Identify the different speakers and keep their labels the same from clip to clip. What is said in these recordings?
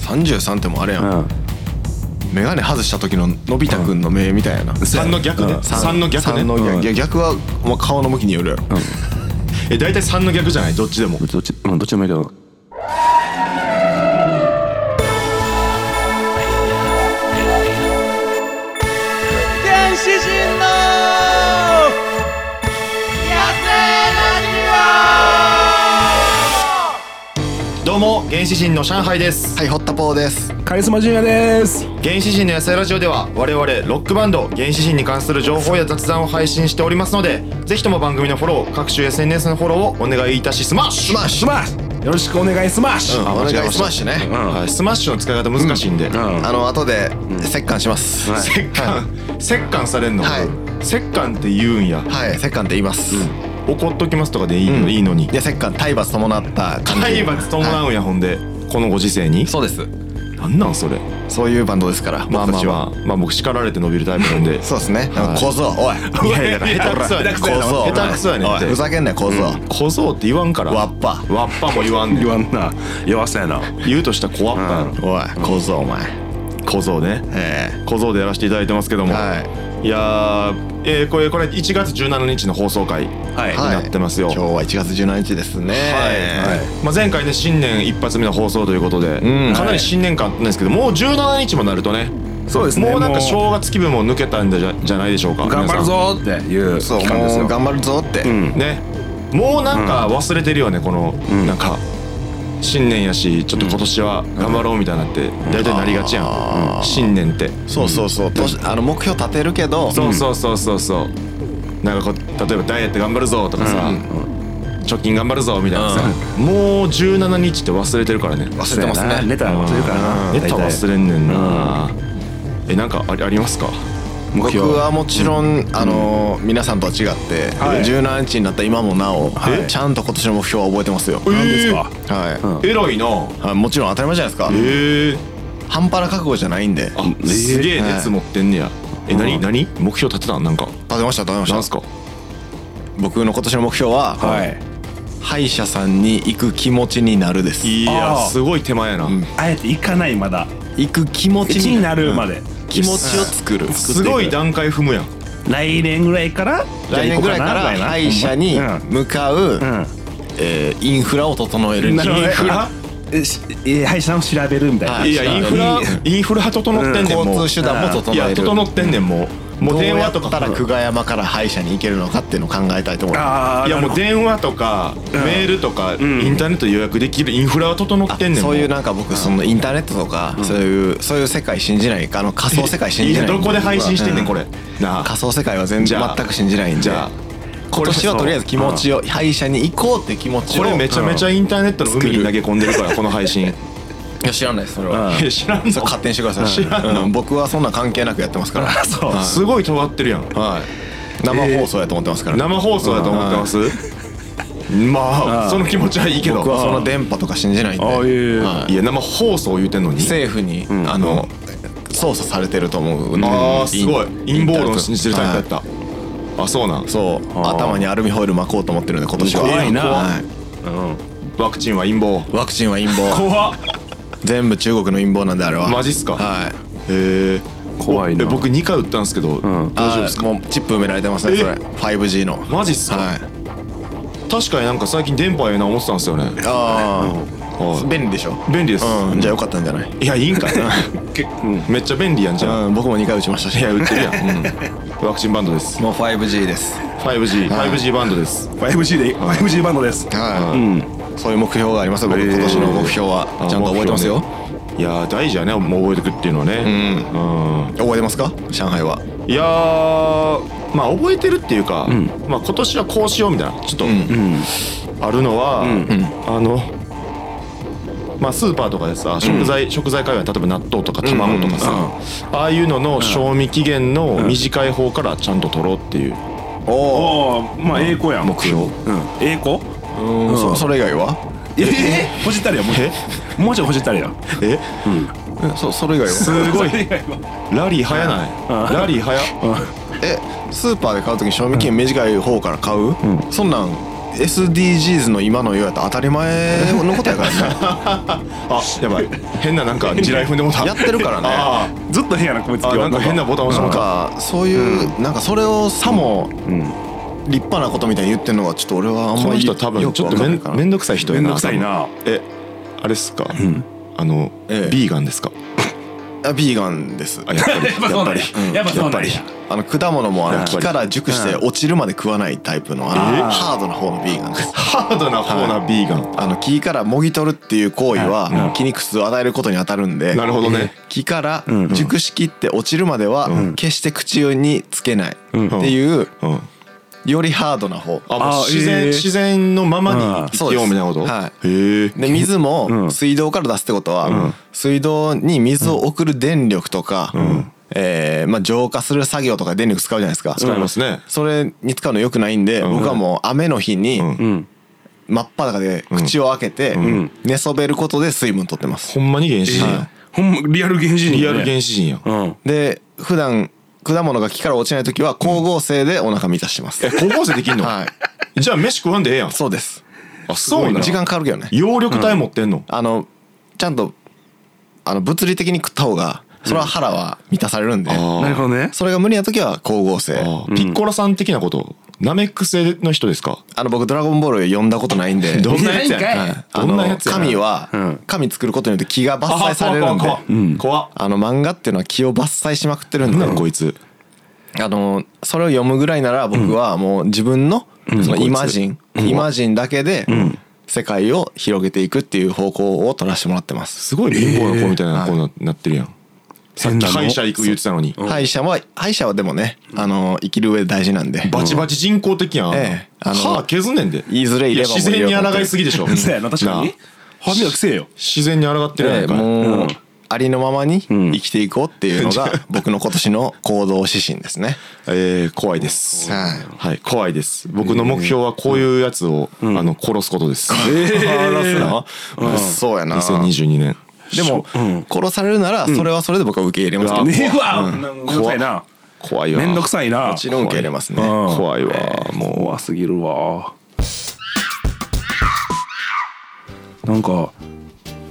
Speaker 1: 33ってもうあれやん、
Speaker 2: うん
Speaker 1: メガネ外した時ののび太くんの目みたいやな、
Speaker 2: そうや
Speaker 3: 3の逆ね
Speaker 2: うん
Speaker 3: 3の逆
Speaker 1: 三の
Speaker 3: ね
Speaker 1: 逆,、
Speaker 2: うん
Speaker 1: いや逆は、まあ、顔の向きによるやろ、
Speaker 3: え大体3の逆じゃないどっちでも
Speaker 2: どっちうんどっちでもいいけど
Speaker 4: 原始人の野生
Speaker 3: どうも原始人の上海です
Speaker 1: はいホッタポーです
Speaker 5: カリスマジュニアです
Speaker 3: 原始人の野菜ラジオでは我々ロックバンド原始人に関する情報や雑談を配信しておりますのでぜひとも番組のフォロー各種 SNS のフォローをお願いいたしスマッシ
Speaker 1: ス
Speaker 3: ュ
Speaker 1: マッシ
Speaker 5: ス
Speaker 1: ュ
Speaker 5: マッシュよろしくお願いスマッシュ、
Speaker 1: お
Speaker 3: あ間違え
Speaker 1: 願い
Speaker 3: まし
Speaker 1: ス
Speaker 3: た
Speaker 1: マッシュね、
Speaker 3: はいスマッシュの使い方難しいんで、
Speaker 2: うん
Speaker 1: あの後で折檻します、
Speaker 2: はい
Speaker 3: 折感折感されんの、
Speaker 1: はい
Speaker 3: 折感って言うんや
Speaker 1: はい折檻って言います、
Speaker 3: 怒っときますとかでいいの,、
Speaker 1: うん
Speaker 3: いいのに
Speaker 1: で折檻体罰伴った感じ
Speaker 3: 体罰伴うんや、ほんでこのご時世に
Speaker 1: そうです
Speaker 3: なんなんそれ
Speaker 1: そういうバンドですから
Speaker 3: 僕たちは、まあ
Speaker 1: 僕
Speaker 3: 僕叱られて伸びるタイプなんで
Speaker 1: そうですね、小僧おい
Speaker 3: いやいやいや下手くそやね
Speaker 1: 小僧
Speaker 3: 下手くそやね
Speaker 1: おいふざけんなよ小僧、
Speaker 3: 小僧って言わんから
Speaker 1: わっぱ
Speaker 3: わっぱも言わんねん
Speaker 2: 言わんな弱さやな
Speaker 3: 言うとしたら小わっぱやろ
Speaker 1: おい小僧お前
Speaker 3: 小僧ね
Speaker 1: ええ
Speaker 3: 小僧でやらせていただいてますけども、、
Speaker 1: はい
Speaker 3: やー、えー、これこれ1月17日の放送回
Speaker 2: はい
Speaker 3: はなってますよ
Speaker 1: 今日は1月17日ですね
Speaker 3: はいまあ、前回ね新年一発目の放送ということで、
Speaker 1: うん
Speaker 3: かなり新年感あったんですけどもう17日もなるとね
Speaker 5: そうですね
Speaker 3: もうなんか正月気分も抜けたんじゃじゃないでしょうか
Speaker 5: 頑張るぞーっていう
Speaker 1: そう
Speaker 5: 期間です
Speaker 1: もう
Speaker 5: よ
Speaker 1: 頑張るぞって、
Speaker 2: うん
Speaker 3: 皆さんねもうなんか忘れてるよねこの、
Speaker 2: ん
Speaker 3: なんか新年やしちょっと今年は頑張ろうみたいなって大体なりがちやん、うん新年って
Speaker 1: そうそうそう、年あの目標立てるけど
Speaker 3: そうそうそうそうそうなんかこう例えばダイエット頑張るぞとかさ、貯金頑張るぞみたいなさ、もう17日って忘れてるからね
Speaker 1: 忘れてます
Speaker 2: そうやな
Speaker 1: ね
Speaker 2: ネタ忘れるからな
Speaker 3: ネタ
Speaker 2: 大体
Speaker 3: 忘れんねんなえなんかありありますか
Speaker 2: 目
Speaker 1: 僕
Speaker 2: 標
Speaker 1: はもちろん、あの皆さんとは違って、
Speaker 5: はい
Speaker 1: 17日になった今もなお、
Speaker 5: はい
Speaker 1: ちゃんと今年の目標は覚えてますよ、
Speaker 5: 何ですか
Speaker 1: はい、
Speaker 3: え偉いな
Speaker 1: あもちろん当たり前じゃないですか、
Speaker 3: ええ
Speaker 1: 半端な覚悟じゃないんで立
Speaker 3: あすげえ
Speaker 1: はい
Speaker 3: 熱持ってんねやえ何何目標立てたんなんか
Speaker 1: てました立てました
Speaker 3: なんすか
Speaker 1: 僕の今年の目標は、
Speaker 5: はい
Speaker 1: 歯医者さんに行く気持ちになるです
Speaker 3: いや
Speaker 5: あー
Speaker 3: すごい手前やな、
Speaker 1: ん
Speaker 5: あえて行かないまだ
Speaker 1: 行く気持ち
Speaker 5: 1
Speaker 1: に
Speaker 5: になるまで
Speaker 1: 気持ちを作る
Speaker 3: すごい段階踏むやん
Speaker 5: 来年ぐらいから
Speaker 1: 来年ぐらいから歯医者に
Speaker 5: うん
Speaker 1: 向かう、
Speaker 5: うん
Speaker 1: えーインフラを整える
Speaker 5: なるほどね
Speaker 1: インフラ
Speaker 5: あえしえ歯医者さんを調べるみたいな、
Speaker 1: はい
Speaker 3: いやインフラインフラ整ってんねんもう
Speaker 1: 交通手段も整
Speaker 3: いや
Speaker 1: える
Speaker 3: 整ってんねんもうもう電話と
Speaker 1: どうやった
Speaker 3: から
Speaker 1: 久我山から歯医者に行けるのかっていうのを考えたいと思います
Speaker 5: ああ
Speaker 3: いやもう電話とかメールとかインターネット予約できるインフラは整ってんねんも
Speaker 1: そういうなんか僕そのインターネットとかそういうそういう世界信じないあの仮想世界信じない
Speaker 3: いやどこで配信してんねんこれなあ
Speaker 1: 仮想世界は全
Speaker 3: じ
Speaker 1: 然
Speaker 3: ゃあ
Speaker 1: 全く信じないんで
Speaker 3: じゃあ
Speaker 1: 今年はとりあえず気持ちを歯医者に行こうって気持ちを
Speaker 3: これめちゃめちゃインターネットの海に投げ込んで るからこの配信い
Speaker 1: いや知らないですそれは
Speaker 3: や知らん
Speaker 1: それ
Speaker 3: の
Speaker 1: 勝手にしてください
Speaker 3: 知らんの
Speaker 1: うん僕はそんな関係なくやってますから
Speaker 5: あそう
Speaker 1: はい
Speaker 3: すごい尖ってるやん
Speaker 1: はい生放送やと思ってますから
Speaker 3: 生放送だと思ってますまあその気持ちはいいけど
Speaker 1: 僕はその電波とか信じないんで
Speaker 5: あいえいえ
Speaker 1: はい
Speaker 3: いや生放送言うてんのに
Speaker 1: 政府に、あの操作されてると思う
Speaker 3: ああすごい陰謀論信じてるタイプ
Speaker 1: た、
Speaker 3: だったあそうなん
Speaker 1: そう頭にアルミホイル巻こうと思ってるんで今年は
Speaker 5: 怖いな
Speaker 1: は
Speaker 3: ワクチンは陰謀
Speaker 1: ワクチンは陰謀
Speaker 3: 怖っ
Speaker 1: 全部中国の陰謀なんであれは
Speaker 3: マジっすか
Speaker 1: はい
Speaker 3: へえ
Speaker 2: 怖いな
Speaker 3: え僕2回打ったんですけど
Speaker 2: ん
Speaker 1: 大丈夫ですかもうチップ埋められてますね
Speaker 3: え
Speaker 1: それ 5G の
Speaker 3: マジっすか
Speaker 1: はい
Speaker 3: 確かになんか最近電波ええな思ってたんですよね
Speaker 1: ああ
Speaker 3: はい
Speaker 1: 便利でしょ
Speaker 3: 便利です
Speaker 1: うんじゃあよかったんじゃない
Speaker 3: いやいいんかいけめっちゃ便利やんじゃん
Speaker 1: うん僕も2回打ちましたし
Speaker 3: いや打ってる やんうんワクチンバンドです
Speaker 1: もう 5G です
Speaker 3: 5G5G バンドです
Speaker 5: もう 5G で 5G バンドです
Speaker 1: はい、そういう目標がありますよ僕
Speaker 3: えー
Speaker 1: 今年の目標はちゃんと覚えてますよ、
Speaker 3: いやー大事やねもう覚えてくっていうのはねうん
Speaker 1: 覚えてますか上海はい
Speaker 3: やーまあ覚えてるっていうか、まあ、今年はこうしようみたいなちょっと、あるのは、あのまあスーパーとかでさ食材、食材買うやん例えば納豆とか卵とかさ、ああいうのの賞味期限の短い方からちゃんと取ろうっていう
Speaker 1: おお
Speaker 5: おおまあ栄光やん
Speaker 3: 目標
Speaker 5: うん栄光
Speaker 1: そそれ以外は
Speaker 5: ええほじったりやもうちょいもうちょいほじったりや
Speaker 3: え
Speaker 1: そそれ以外は
Speaker 3: すごい
Speaker 5: それ以外は
Speaker 3: ラリー早ないラリー早
Speaker 1: えスーパーで買う時に賞味期限短い方から買う、そんなん SDGs の今の言うやったら当たり前のことや からね
Speaker 3: あやばい変ななんか地雷踏んでもうた
Speaker 1: やってるからね
Speaker 3: あ
Speaker 5: ずっと変やなこいつ
Speaker 3: ーあーなんか変なボタン押して
Speaker 1: な
Speaker 3: も
Speaker 1: ん
Speaker 3: うた
Speaker 1: かそういう、なんかそれをさも立派なことみたいに言ってるのがちょっと俺はあん
Speaker 3: こ
Speaker 1: ま
Speaker 3: の
Speaker 1: り
Speaker 3: 人
Speaker 1: よ
Speaker 3: 多分
Speaker 1: く
Speaker 3: ちょ
Speaker 1: わ
Speaker 3: っと
Speaker 1: か
Speaker 3: め
Speaker 1: んない
Speaker 3: ん
Speaker 1: から
Speaker 3: めんどくさい人
Speaker 5: め
Speaker 3: や
Speaker 5: ん
Speaker 3: な
Speaker 5: どくさいな
Speaker 3: えあれっすか、あの、
Speaker 1: ええ
Speaker 3: ビーガンですか
Speaker 1: あビーガンです
Speaker 3: あや っぱり
Speaker 5: やっぱそうなんや
Speaker 1: うん
Speaker 5: やっぱそうなんや
Speaker 1: あの果物もあ
Speaker 3: や
Speaker 1: の
Speaker 3: っぱり
Speaker 1: 木から熟して落ちるまで食わないタイプのあの
Speaker 5: えー
Speaker 1: ハードな方のビーガンです
Speaker 3: ハードな方なビーガン、
Speaker 1: あの木からもぎ取るっていう行為は木に苦痛を与えることに当たるんで
Speaker 3: なるほどね
Speaker 1: 木から熟しきって落ちるまでは決して口につけないっていう
Speaker 3: うん
Speaker 1: よりハードな方
Speaker 3: あもう
Speaker 5: あ
Speaker 3: 自然、
Speaker 5: ええ
Speaker 3: 自然のままに生きようみたいなこと、、
Speaker 1: はい
Speaker 3: へえ
Speaker 1: で水も水道から出すってことは水道に水を送る電力とかえーまあ浄化する作業とか電力使うじゃないですか
Speaker 3: 使いますね、
Speaker 1: それに使うの良くないんで、僕はもう雨の日に
Speaker 5: ん
Speaker 1: 真っ裸で口を開けて、寝そべることで水分取ってます、
Speaker 3: ほんまに原始人や、
Speaker 5: ほんまリアル原始人
Speaker 3: リ
Speaker 5: や
Speaker 3: アル
Speaker 5: ね
Speaker 3: 原始人や、
Speaker 5: うん
Speaker 1: で普段果物が木から落ちない時は光合成でお腹満たして ます、
Speaker 3: え高校生できんの、
Speaker 1: は
Speaker 3: じゃあ飯食わんでええやん
Speaker 1: いそうです
Speaker 3: あそうなの
Speaker 1: 時間かかるけどね
Speaker 3: 揚力体持ってんの、
Speaker 1: あのちゃんとあの物理的に食った方がそれは腹は満たされるんで、
Speaker 3: あー
Speaker 5: なるほどね
Speaker 1: それが無理な時は光合成
Speaker 3: あーピッコラさん的なことナメック星の人ですか
Speaker 1: あの僕「ドラゴンボール」読んだことないんで
Speaker 3: どんなやつ
Speaker 5: ない
Speaker 3: やねん
Speaker 5: ん
Speaker 1: はいあの
Speaker 3: どんなやつやねん
Speaker 1: 神は
Speaker 5: ん
Speaker 1: 神作ることによって木が伐
Speaker 3: あ
Speaker 1: 採されるんで
Speaker 3: 怖っ怖っ怖っ
Speaker 1: あの漫画っていうのは気を伐採しまくってるん
Speaker 3: なん
Speaker 1: で、
Speaker 3: なのこいつ
Speaker 1: あのそれを読むぐらいなら僕はもう自分のそのイマジン、イマジンだけで世界を広げていくっていう方向を取らせてもらってます。
Speaker 3: すごい貧乏な子みたいな子になってるやん、さっ
Speaker 5: 変
Speaker 3: き
Speaker 5: なの
Speaker 3: 歯医者行く言ってたのに
Speaker 1: 歯医者は歯医者はでもねあの生きる上で大事なんで。
Speaker 3: バチバチ人工的やん、
Speaker 1: ええあの
Speaker 3: 歯削んねんで
Speaker 1: 言いづれいればもう
Speaker 3: や自然に抗いすぎでしょ
Speaker 5: そうやな確かに
Speaker 3: なあ
Speaker 5: 歯磨きせえよ
Speaker 3: 自然に抗ってるや
Speaker 1: で
Speaker 3: んか
Speaker 1: もうありのままに生きていこうっていうのが僕の今年の行動指針ですね。
Speaker 3: えー、怖いです。
Speaker 1: はい
Speaker 3: はい、怖いです。僕の目標はこういうやつを、あの殺すことです。
Speaker 1: 殺すの？そうやな。
Speaker 3: 2022年。
Speaker 1: でも殺されるならそれはそれで僕は受け入れますけど。
Speaker 5: ねえわめんどくさいな
Speaker 3: 怖いわ。
Speaker 5: めんどくさいな
Speaker 1: もちろん受け入れますね。
Speaker 5: うん
Speaker 3: 怖いわ。も
Speaker 5: 怖すぎるわなんか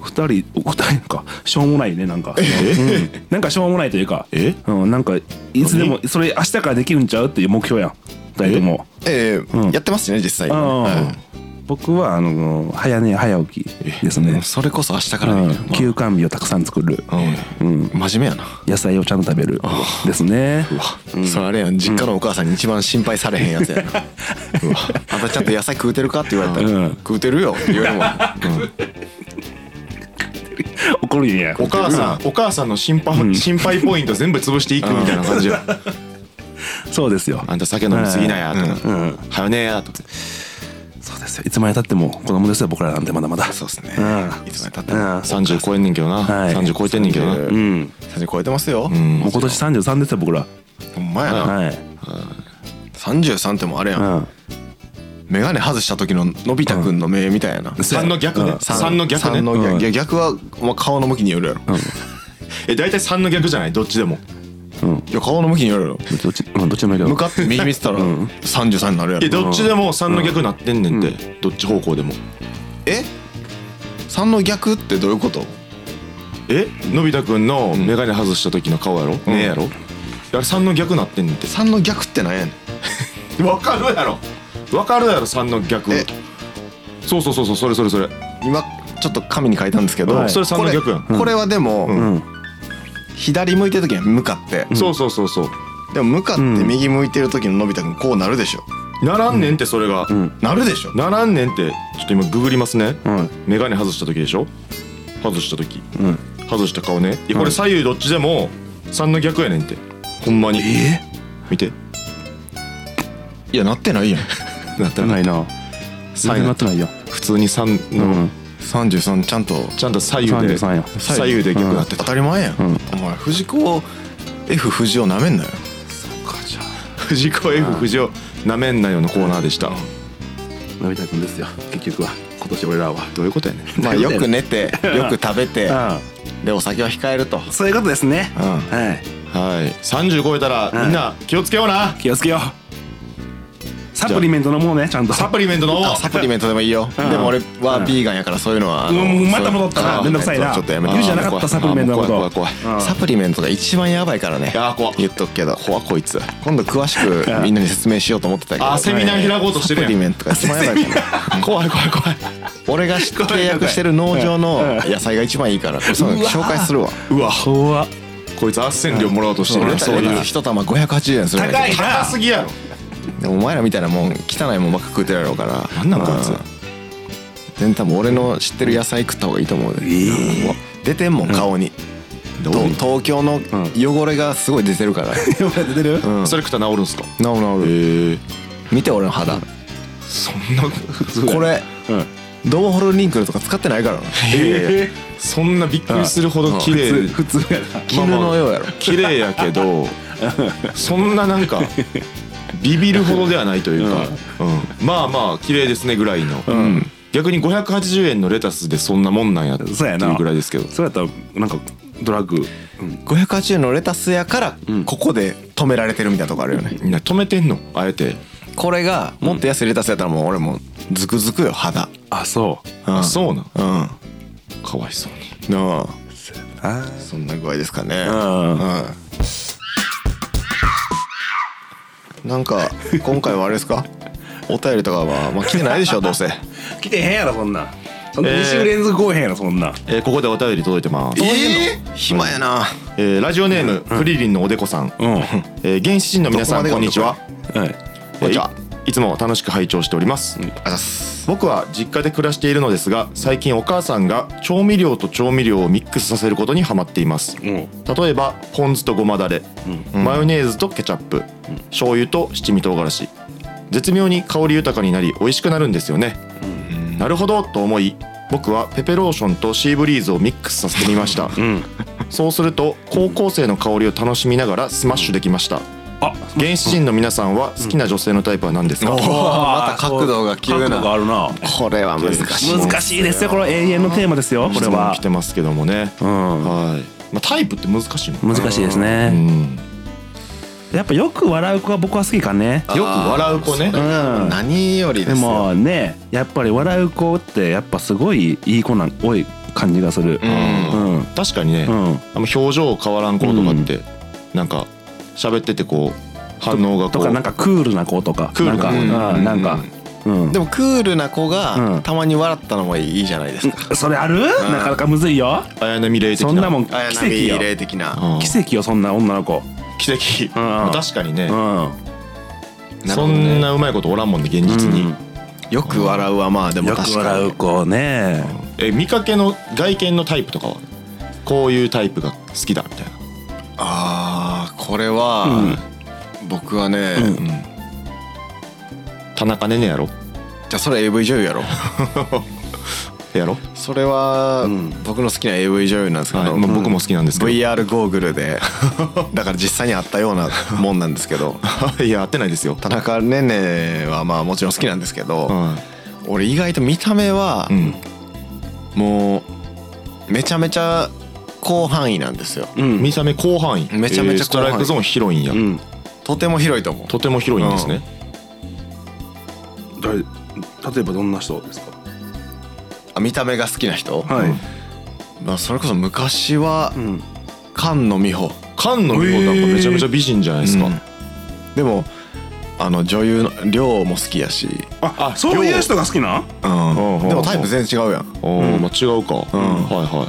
Speaker 5: 二人二人かしょうもないねなんか、うんなんかしょうもないというか
Speaker 3: え
Speaker 5: うん、なんかいつでもそれ明日からできるんちゃうっていう目標やん二人とも
Speaker 1: ええやってますね実際
Speaker 5: う
Speaker 1: にね。
Speaker 5: ん
Speaker 1: はい
Speaker 5: 僕はあの早寝早起きです
Speaker 1: も
Speaker 5: ね
Speaker 1: う、それこそ明日か
Speaker 5: う
Speaker 1: らで
Speaker 5: ん
Speaker 1: きる、
Speaker 5: 休館日をたくさん作る、うん、
Speaker 1: 真面目やな、
Speaker 5: 野菜をちゃんと食べるですね
Speaker 1: それあれやん実家のお母さんに一番心配されへんやつ やなうわあんたちゃんと野菜食うてるかって言われたら、
Speaker 5: うん
Speaker 1: 食うてるよって言われる もん
Speaker 5: 怒るんや
Speaker 3: うお母さん、お母さんの心配、心配ポイント全部潰していくみたいな感じや。
Speaker 5: そうですよ
Speaker 3: あんた酒飲みすぎなやと
Speaker 5: う
Speaker 3: か。
Speaker 5: ん
Speaker 3: はよねやとか。
Speaker 5: そうですよいつまでたっても子供ですよ僕らなんてまだまだ
Speaker 1: そうっすね、
Speaker 5: うん
Speaker 1: いつまでたって
Speaker 5: う
Speaker 1: も、
Speaker 5: ん
Speaker 3: 三十超えんねんけどな。
Speaker 5: はい
Speaker 3: 三十超えてんねんけどな。
Speaker 1: 30
Speaker 5: うん
Speaker 1: 30超えてますよ、
Speaker 5: もう今年33ですよ僕ら
Speaker 1: ほんまやな、
Speaker 5: はい
Speaker 1: 33ってもあれやん、
Speaker 5: う
Speaker 1: 眼鏡外した時ののび太くんの目みたいやな、
Speaker 5: ん
Speaker 3: 三の逆ね
Speaker 5: う。ん
Speaker 3: 三の逆
Speaker 1: 三の
Speaker 3: ね。
Speaker 1: 逆,、
Speaker 5: うん
Speaker 1: いや逆は、まあ、顔の向きによるやろ、
Speaker 3: え、大体三の逆じゃない、どっちでも。
Speaker 1: いや顔の向きによるやろ
Speaker 5: どっちうんどっちでもいいけ
Speaker 1: 向
Speaker 5: ど
Speaker 1: かって右見てたら33になるやろ
Speaker 3: え、どっちでも三の逆なってんねんて。どっち方向でも。
Speaker 1: え3の逆ってどういうこと
Speaker 3: えのび太くんの眼鏡外した時の顔やろ、目やろあれ3の逆なってんねんて
Speaker 1: 3の逆ってなんやねん
Speaker 3: わかるやろわかるやろ3の逆
Speaker 1: え
Speaker 3: そうそうそうそうそれそれそれ
Speaker 1: 今ちょっと紙に書いたんですけど、
Speaker 3: はいそれ三の逆やん
Speaker 1: これこれはでも、
Speaker 5: ん
Speaker 1: 左向いてる時には向かって、
Speaker 3: そうそうそうそう
Speaker 1: でも向かって右向いてる時ののび太くんこうなるでしょ、
Speaker 3: ならんねんてそれが
Speaker 5: ん
Speaker 1: なるでしょ
Speaker 3: ならんねんてちょっと今ググりますね
Speaker 5: うん
Speaker 3: 眼鏡外した時でしょ外した時
Speaker 5: うん
Speaker 3: 外した顔ねいやこれ左右どっちでも3の逆やねんてほんまに見て
Speaker 1: いやなってないやん
Speaker 3: なった
Speaker 5: ないな
Speaker 3: 左右
Speaker 5: てないよ
Speaker 3: 普通に3
Speaker 5: う
Speaker 3: の
Speaker 5: ん
Speaker 1: 33ちゃんと
Speaker 3: ちゃんと左右で
Speaker 5: 33や
Speaker 3: 左右で逆なって
Speaker 1: 当たり前やん、お前藤子を F 藤をなめんなよ
Speaker 3: 藤子 F 不二雄なめんなよのコーナーでした
Speaker 5: のび太くんですよ結局は今年俺らは
Speaker 3: どういうことやねん
Speaker 1: まあよく寝てよく食べて
Speaker 5: う
Speaker 1: でお酒は控えると
Speaker 5: んそういうことですね
Speaker 1: うん
Speaker 5: はい
Speaker 3: はい30超えたらみんな気をつけような
Speaker 5: 気をつけようサプリメントのものねちゃんと
Speaker 3: サプリメントの
Speaker 1: あサプリメントでもいいよでも俺はビーガンやからそういうのはあの
Speaker 5: うんま
Speaker 1: そ
Speaker 5: た
Speaker 1: ういう
Speaker 5: 戻ったな
Speaker 1: あー
Speaker 5: めんどくさいな
Speaker 1: ちょっとやめて
Speaker 5: 言うじゃなかった
Speaker 1: あー
Speaker 5: サプリメントのこと
Speaker 1: 怖い怖い怖いサプリメントが一番やばいからね
Speaker 3: あー怖い
Speaker 1: 言っとくけど怖こいつ今度詳しくみんなに説明しようと思ってたけど
Speaker 3: あーセミナー開こうとして
Speaker 1: サ
Speaker 3: るや
Speaker 1: プリ
Speaker 3: ん
Speaker 1: メントが一番やばいから ね怖い怖い怖い俺が契約してる農場の野菜が一番いいからそう紹介するわ
Speaker 3: うわ こいつ斡旋料もらおうとしてる
Speaker 1: 俺
Speaker 3: ね
Speaker 1: たち
Speaker 3: そうい
Speaker 1: が
Speaker 3: う
Speaker 1: 一玉580円するんやけど
Speaker 5: 高い
Speaker 3: 高すぎやろ
Speaker 1: でもお前らみたいなもん汚いもんばっか食うてるやろうから
Speaker 3: なんなんこいつ
Speaker 1: う全然多分俺の知ってる野菜食った方がいいと思うで、もう出てんもん顔に、と東京の汚れがすごい出てる から、
Speaker 5: 呼ばれてる
Speaker 1: うん、
Speaker 3: それ食ったら治るんすか
Speaker 1: なるなる
Speaker 3: ええ
Speaker 1: 見て俺の肌
Speaker 3: そんな普通
Speaker 1: これ、ドーホルリンクルとか使ってない からな
Speaker 3: ええそんなびっくりするほど綺麗
Speaker 5: 普通や
Speaker 1: 絹のようやろ
Speaker 3: 綺麗やけどそんななんかビビるほどではないというか、うんまあまあ綺麗ですねぐらいの、逆に580円のレタスでそんなもんなんやっていう
Speaker 5: そうやな
Speaker 3: ぐらいですけど
Speaker 5: なそうやったらなんかドラッグ
Speaker 1: 580円のレタスやからここで止められてるみたいなとこあるよね、
Speaker 3: みんな止めてんのあえて、
Speaker 1: これがもっと安いレタスやったらもう俺もうズクズクよ肌
Speaker 5: あそう
Speaker 1: うん
Speaker 3: あそうなん
Speaker 1: うんな
Speaker 3: かわいそうに
Speaker 1: あそんな具合ですかね
Speaker 5: うん
Speaker 1: はい。なんか今回はあれですか？お便りとかはまあ来てないでしょ どうせ。
Speaker 5: 来てへんやろそんなそんな
Speaker 3: えー
Speaker 5: 2週連続来へんやろそんな
Speaker 3: えーここでお便り届いてます、
Speaker 1: えー暇やな。
Speaker 3: えーラジオネーム、クリリンのおでこさん、
Speaker 5: うんは
Speaker 3: えー原始人の皆さん
Speaker 1: どこ
Speaker 3: こ
Speaker 1: まで
Speaker 3: んに
Speaker 1: が
Speaker 3: ちは
Speaker 1: こんにちは
Speaker 3: えーいいつも楽しく拝聴しております、
Speaker 1: あざっす。
Speaker 3: 僕は実家で暮らしているのですが最近お母さんが調味料と調味料をミックスさせることにハマっています
Speaker 5: いうん
Speaker 3: 例えばポン酢とごまだれ、マヨネーズとケチャップ、醤油と七味唐辛子絶妙に香り豊かになり美味しくなるんですよね、なるほどと思い僕はペペローションとシーブリーズをミックスさせてみました、
Speaker 5: ん
Speaker 3: そうすると高校生の香りを楽しみながらスマッシュできました
Speaker 5: あ
Speaker 3: 原始人の皆さんは好きな女性のタイプは何ですか、
Speaker 1: おーまた角度が急な
Speaker 5: 角度があるな
Speaker 1: これは難しい。
Speaker 5: 難しいですよこれ永遠のテーマですよこ
Speaker 3: 質
Speaker 5: れ
Speaker 3: 問
Speaker 5: は
Speaker 3: 来てますけどもね、
Speaker 5: うん
Speaker 3: はい、まあ、タイプって難しいもんね
Speaker 5: 難しいです
Speaker 3: う
Speaker 5: ね
Speaker 3: ん、
Speaker 5: やっぱよく笑う子は僕は好きかね
Speaker 3: よく笑う子ね
Speaker 1: それは何より
Speaker 5: で
Speaker 1: ですよ。
Speaker 5: もねやっぱり笑う子ってやっぱすごいいい子なん多い感じがする
Speaker 1: うん
Speaker 5: うんうん
Speaker 3: 確かにね、あの表情変わらん子とかって、なんか喋っててこう反応が
Speaker 5: と
Speaker 3: こう
Speaker 5: かなんかクールな子とか
Speaker 3: クールな子
Speaker 5: なんかうんなんか
Speaker 1: でもクールな子
Speaker 5: う
Speaker 1: が
Speaker 5: ん
Speaker 1: たまに笑ったのもいいじゃないですか。
Speaker 5: うんそれあるなかなかむずいよ
Speaker 3: 綾波レイ的な
Speaker 5: そんなもん奇
Speaker 1: 綾
Speaker 5: 跡
Speaker 1: 波
Speaker 5: よ
Speaker 1: 霊的な。
Speaker 3: うん
Speaker 5: 奇跡よそんな女の子
Speaker 3: 奇跡、
Speaker 5: うん
Speaker 3: まあ確かにね、
Speaker 5: うん
Speaker 1: なる
Speaker 3: そ
Speaker 1: ほどね
Speaker 3: んなうまいことおらんもんね現実に、
Speaker 5: うん
Speaker 1: よく笑うはまあでも
Speaker 5: よ
Speaker 1: 確
Speaker 5: く
Speaker 1: か
Speaker 5: 笑う
Speaker 1: に。
Speaker 5: 子ね
Speaker 3: え見かけの外見のタイプとかはこういうタイプが好きだみたいな
Speaker 1: ああこれは僕はね。うん
Speaker 3: 田中ねねやろ
Speaker 1: じゃあそれ AV 女優やろ。
Speaker 3: やろ、
Speaker 1: それは僕の好きな AV 女優なんですけ
Speaker 3: はい
Speaker 1: ど、
Speaker 3: まあ、僕も好きなんですけど、
Speaker 1: VR ゴーグルで だから実際にあったようなもんなんですけど
Speaker 3: いや合ってないですよ、
Speaker 1: 田中ねねはまあもちろん好きなんですけど、
Speaker 3: うん
Speaker 1: 俺意外と見た目は
Speaker 3: うん、
Speaker 1: もうめちゃめちゃ広範囲なんですよ、
Speaker 5: うん
Speaker 3: 見た目広範囲
Speaker 1: めちゃめちゃ広範囲
Speaker 3: ストライクゾーン広いんや、
Speaker 5: うん
Speaker 1: とても広いと思う
Speaker 3: とても広いんですね、
Speaker 5: 誰例えばどんな人ですか
Speaker 1: あ見た目が好きな人、
Speaker 5: はい
Speaker 1: まあ、それこそ昔は
Speaker 5: うん
Speaker 1: 菅野美穂
Speaker 3: 菅野美穂なんかめちゃめちゃ美人じゃないですか、
Speaker 1: うんでもあの女優の亮も好きやし、
Speaker 5: あそういう人が好きな
Speaker 1: うん
Speaker 3: うんうんうん
Speaker 1: でもタイプ全然違うやん
Speaker 3: おお、まあ違うか、はいは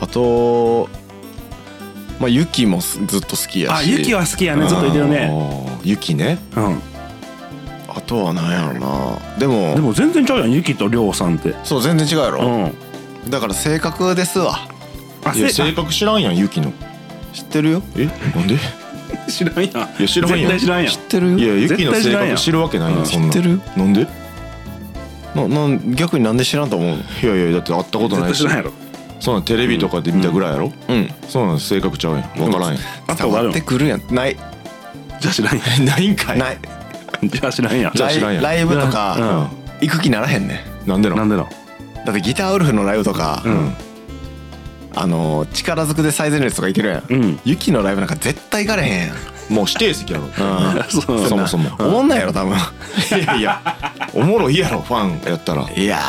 Speaker 1: あとまあユキもすずっと好きやし
Speaker 5: あユキは好きやねずっといてる
Speaker 3: い
Speaker 5: ね
Speaker 3: あー雪ね
Speaker 5: うん
Speaker 1: あとは何やろなでも
Speaker 5: でも全然ちゃうやんユキとりょうさんって
Speaker 1: そう全然違うや
Speaker 5: う
Speaker 1: ろ、
Speaker 5: ん
Speaker 1: だから性格ですわ
Speaker 5: あ
Speaker 3: いや
Speaker 5: せ
Speaker 3: 性格知らんやん雪の
Speaker 1: 知ってるよ
Speaker 3: えなんでい
Speaker 5: 知らんやん
Speaker 3: や知らんや
Speaker 5: 絶
Speaker 3: ん
Speaker 5: 対知らんやん
Speaker 1: 知ってるよ
Speaker 3: いや
Speaker 5: 絶対
Speaker 3: 雪の
Speaker 5: 知
Speaker 3: 性
Speaker 5: らんやん
Speaker 3: 格知るわけないや
Speaker 5: うん
Speaker 3: んそんな
Speaker 1: 知ってる
Speaker 3: なんでい
Speaker 1: ななん逆になんで知らんと思う
Speaker 3: やいやだって会ったこと
Speaker 5: 絶
Speaker 3: ない
Speaker 5: 対
Speaker 3: し
Speaker 5: 知らんやろ
Speaker 3: そんなんテレビとかで見たぐらいやろ、
Speaker 1: うん
Speaker 3: そうなん性格ちゃうやん分からんやん、
Speaker 5: あ
Speaker 1: 伝
Speaker 5: とあ
Speaker 1: わ
Speaker 5: る
Speaker 1: ってくるやんない
Speaker 5: じゃあ知らんや
Speaker 3: ないんかい
Speaker 1: ない
Speaker 5: ん じゃあ知らんやん
Speaker 3: じゃあ
Speaker 1: ライ
Speaker 3: 知らんやん
Speaker 1: ライブとか行く気ならへんね
Speaker 3: なんでな
Speaker 5: なんでなん
Speaker 1: だってギターウルフのライブとか、
Speaker 5: ん
Speaker 1: あのー力ずくで最前列とか行けるやん、
Speaker 5: うん
Speaker 1: ユキのライブなんか絶対行かれへんやん
Speaker 3: もう指定席やろ、
Speaker 5: そう
Speaker 3: そもそも
Speaker 1: おもんないやろ多分
Speaker 3: いやいやおもろいやろファンやったら
Speaker 1: いや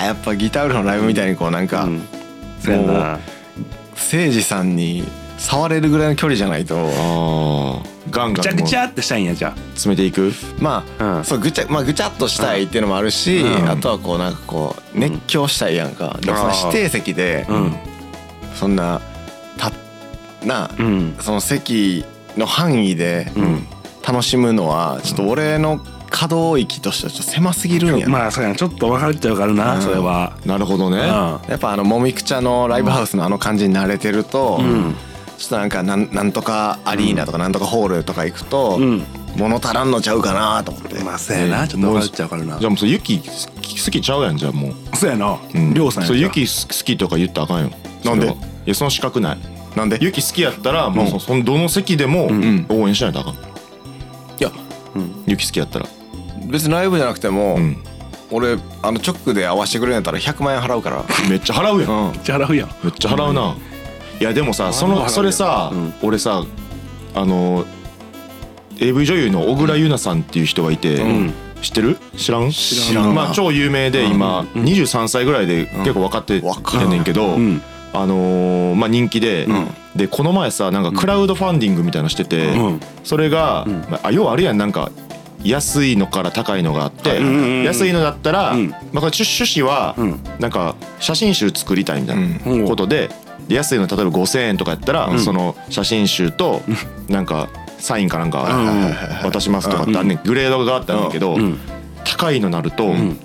Speaker 1: ーやっぱギターウルフのライブみたいにこうなんか、
Speaker 5: う
Speaker 1: も
Speaker 5: ん
Speaker 1: う誠司さんに触れるぐらいの距離じゃないと
Speaker 3: あーガン
Speaker 5: ぐ
Speaker 3: ガ
Speaker 5: ちゃ
Speaker 3: ン
Speaker 5: ぐ
Speaker 3: もう
Speaker 5: ち
Speaker 3: 詰
Speaker 5: ゃってしたいんやじゃあ
Speaker 3: めていく
Speaker 1: まあ、
Speaker 5: うん
Speaker 1: そうぐちゃまあぐちゃっとしたいっていうのもあるし、
Speaker 5: うん
Speaker 1: あとはこうなんかこう熱狂したいやんか、でもその
Speaker 5: あー
Speaker 1: 指定席で
Speaker 5: うん
Speaker 1: そんなたな
Speaker 5: うん
Speaker 1: その席の範囲で
Speaker 5: うん
Speaker 1: 楽しむのはちょっと俺の可動域としてはちょっと狭すぎるんやな、
Speaker 5: まあそうやなちょっと分かるっちゃ分かるな、
Speaker 1: うん
Speaker 5: それは
Speaker 3: なるほどね
Speaker 5: う
Speaker 1: やっぱあのもみくちゃのライブハウスのあの感じに慣れてると、
Speaker 5: ん
Speaker 1: ちょっとなんかなんなんとかアリーナとかなんとかホールとか行くと、
Speaker 5: うん
Speaker 1: 物足らんのちゃうかなと思って、
Speaker 5: んまあそうやなちょっと分かるっちゃ分かるな
Speaker 3: じゃあもうそれユキ好きちゃうやんじゃあもう
Speaker 5: そうやなりょうさんや
Speaker 3: そう
Speaker 5: じゃあ
Speaker 3: ユキ好きとか言ったらあかんよ
Speaker 1: なんで
Speaker 3: それはいやその資格ない
Speaker 1: なんでい
Speaker 3: ユキ好きやったらもうそそのどの席でも
Speaker 1: ん
Speaker 3: 応援しないとあかん
Speaker 1: や
Speaker 3: ユキ好きやったら
Speaker 1: 別にライブじゃなくても、
Speaker 3: うん
Speaker 1: 俺あの直で合わせてくれるんやったら100万円払うから
Speaker 3: めっちゃ払うやん
Speaker 1: うん
Speaker 5: めっちゃ払うやん
Speaker 3: めっちゃ払うないやでもさそ
Speaker 5: 払う払
Speaker 3: の
Speaker 5: う
Speaker 3: それさ
Speaker 5: うん
Speaker 3: 俺さあの AV 女優の小倉優奈さんっていう人がいて
Speaker 5: ん
Speaker 3: 知ってる知らん知
Speaker 1: らん
Speaker 3: まあ超有名で今23歳ぐらいで結構若手
Speaker 1: 若い
Speaker 3: やねんけど
Speaker 5: うん
Speaker 3: あのーまあ人気で
Speaker 5: ん
Speaker 3: でこの前さなんかクラウドファンディングみたいなのしてて
Speaker 5: うん
Speaker 3: それがまあ要はあるやんなんか安いのから高いのがあって
Speaker 5: うんうんうん
Speaker 3: 安いのだったら
Speaker 5: うん
Speaker 3: まあこれ趣趣旨は
Speaker 5: うん
Speaker 3: なんか写真集作りたいみたいなことでで安いの例えば5,000円とかやったらその写真集となんかサインかなんか渡しますとかってあんねんグレードがあったんだけど
Speaker 5: ん
Speaker 3: 高いのなると
Speaker 5: ん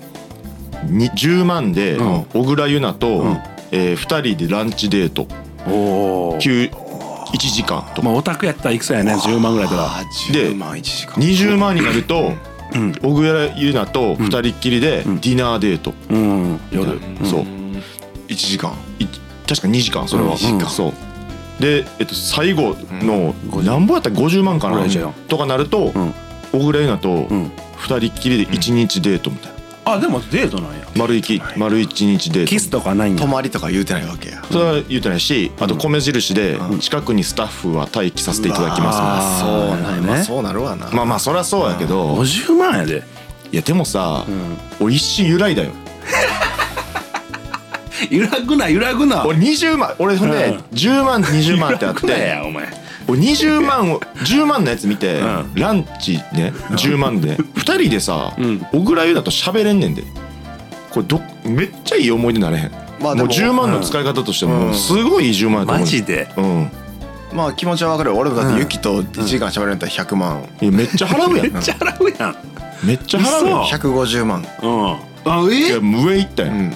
Speaker 3: に10万で
Speaker 5: ん
Speaker 3: 小倉優奈と
Speaker 5: ん
Speaker 3: え2人でランチデート
Speaker 5: おお
Speaker 3: 9 1時間とか
Speaker 5: まあオタクやったらいくつやね10万ぐらいだか
Speaker 3: で
Speaker 1: 10万1時間
Speaker 3: 20万になると小倉優奈と2人っきりでディナーデート
Speaker 5: らうん
Speaker 3: 夜
Speaker 5: 夜
Speaker 3: そう
Speaker 1: 1時間
Speaker 3: い確か2時間それは、
Speaker 5: 2時間
Speaker 3: そうで、えっと、最後の何ぼやったら50万かな、
Speaker 5: 50じゃん
Speaker 3: とかなると、
Speaker 5: ん
Speaker 3: 小倉優奈と
Speaker 5: ん
Speaker 3: 2人っきりで1日デートみたいな、
Speaker 5: あでもデートなんや
Speaker 3: 丸一丸1日デ
Speaker 5: キ
Speaker 3: ート
Speaker 5: スとかないんや
Speaker 1: 泊まりとか言うてないわけや
Speaker 3: それは言うてないしあと米印で近くにスタッフは待機させていただきますみたいな
Speaker 5: あ
Speaker 1: そう
Speaker 5: ー
Speaker 1: な
Speaker 5: なるほど
Speaker 1: んま
Speaker 5: ね
Speaker 1: あそうなるわな
Speaker 3: まあまあそりゃそうやけど
Speaker 5: 50万やで
Speaker 3: いやでもさ、俺一心揺らいだよ
Speaker 5: 揺らぐな揺らぐな
Speaker 3: 俺20万俺ほんで
Speaker 5: うん
Speaker 3: 10万20万ってあっ
Speaker 5: 揺らぐな
Speaker 3: て
Speaker 5: やお前
Speaker 3: 俺20万を10万のやつ見て、ランチね10万で2人でさ、
Speaker 5: ん
Speaker 3: 小倉優奈と喋れんねんでこれどめっちゃいい思い出なれへん、
Speaker 1: まあでも
Speaker 3: もう10万の使い方としても、すごいいい10万やと思う
Speaker 5: マジで
Speaker 3: うん
Speaker 1: まあ気持ちはわかるよ俺もだってユキと1時間喋れんやったら100万
Speaker 3: いやめっちゃ払う
Speaker 5: め
Speaker 3: やん
Speaker 5: っちゃ払うやん
Speaker 3: めっちゃ払うやん
Speaker 5: 嘘
Speaker 1: 150万
Speaker 5: うんあ
Speaker 3: いや
Speaker 5: え
Speaker 3: もう上行ったや、
Speaker 1: うんん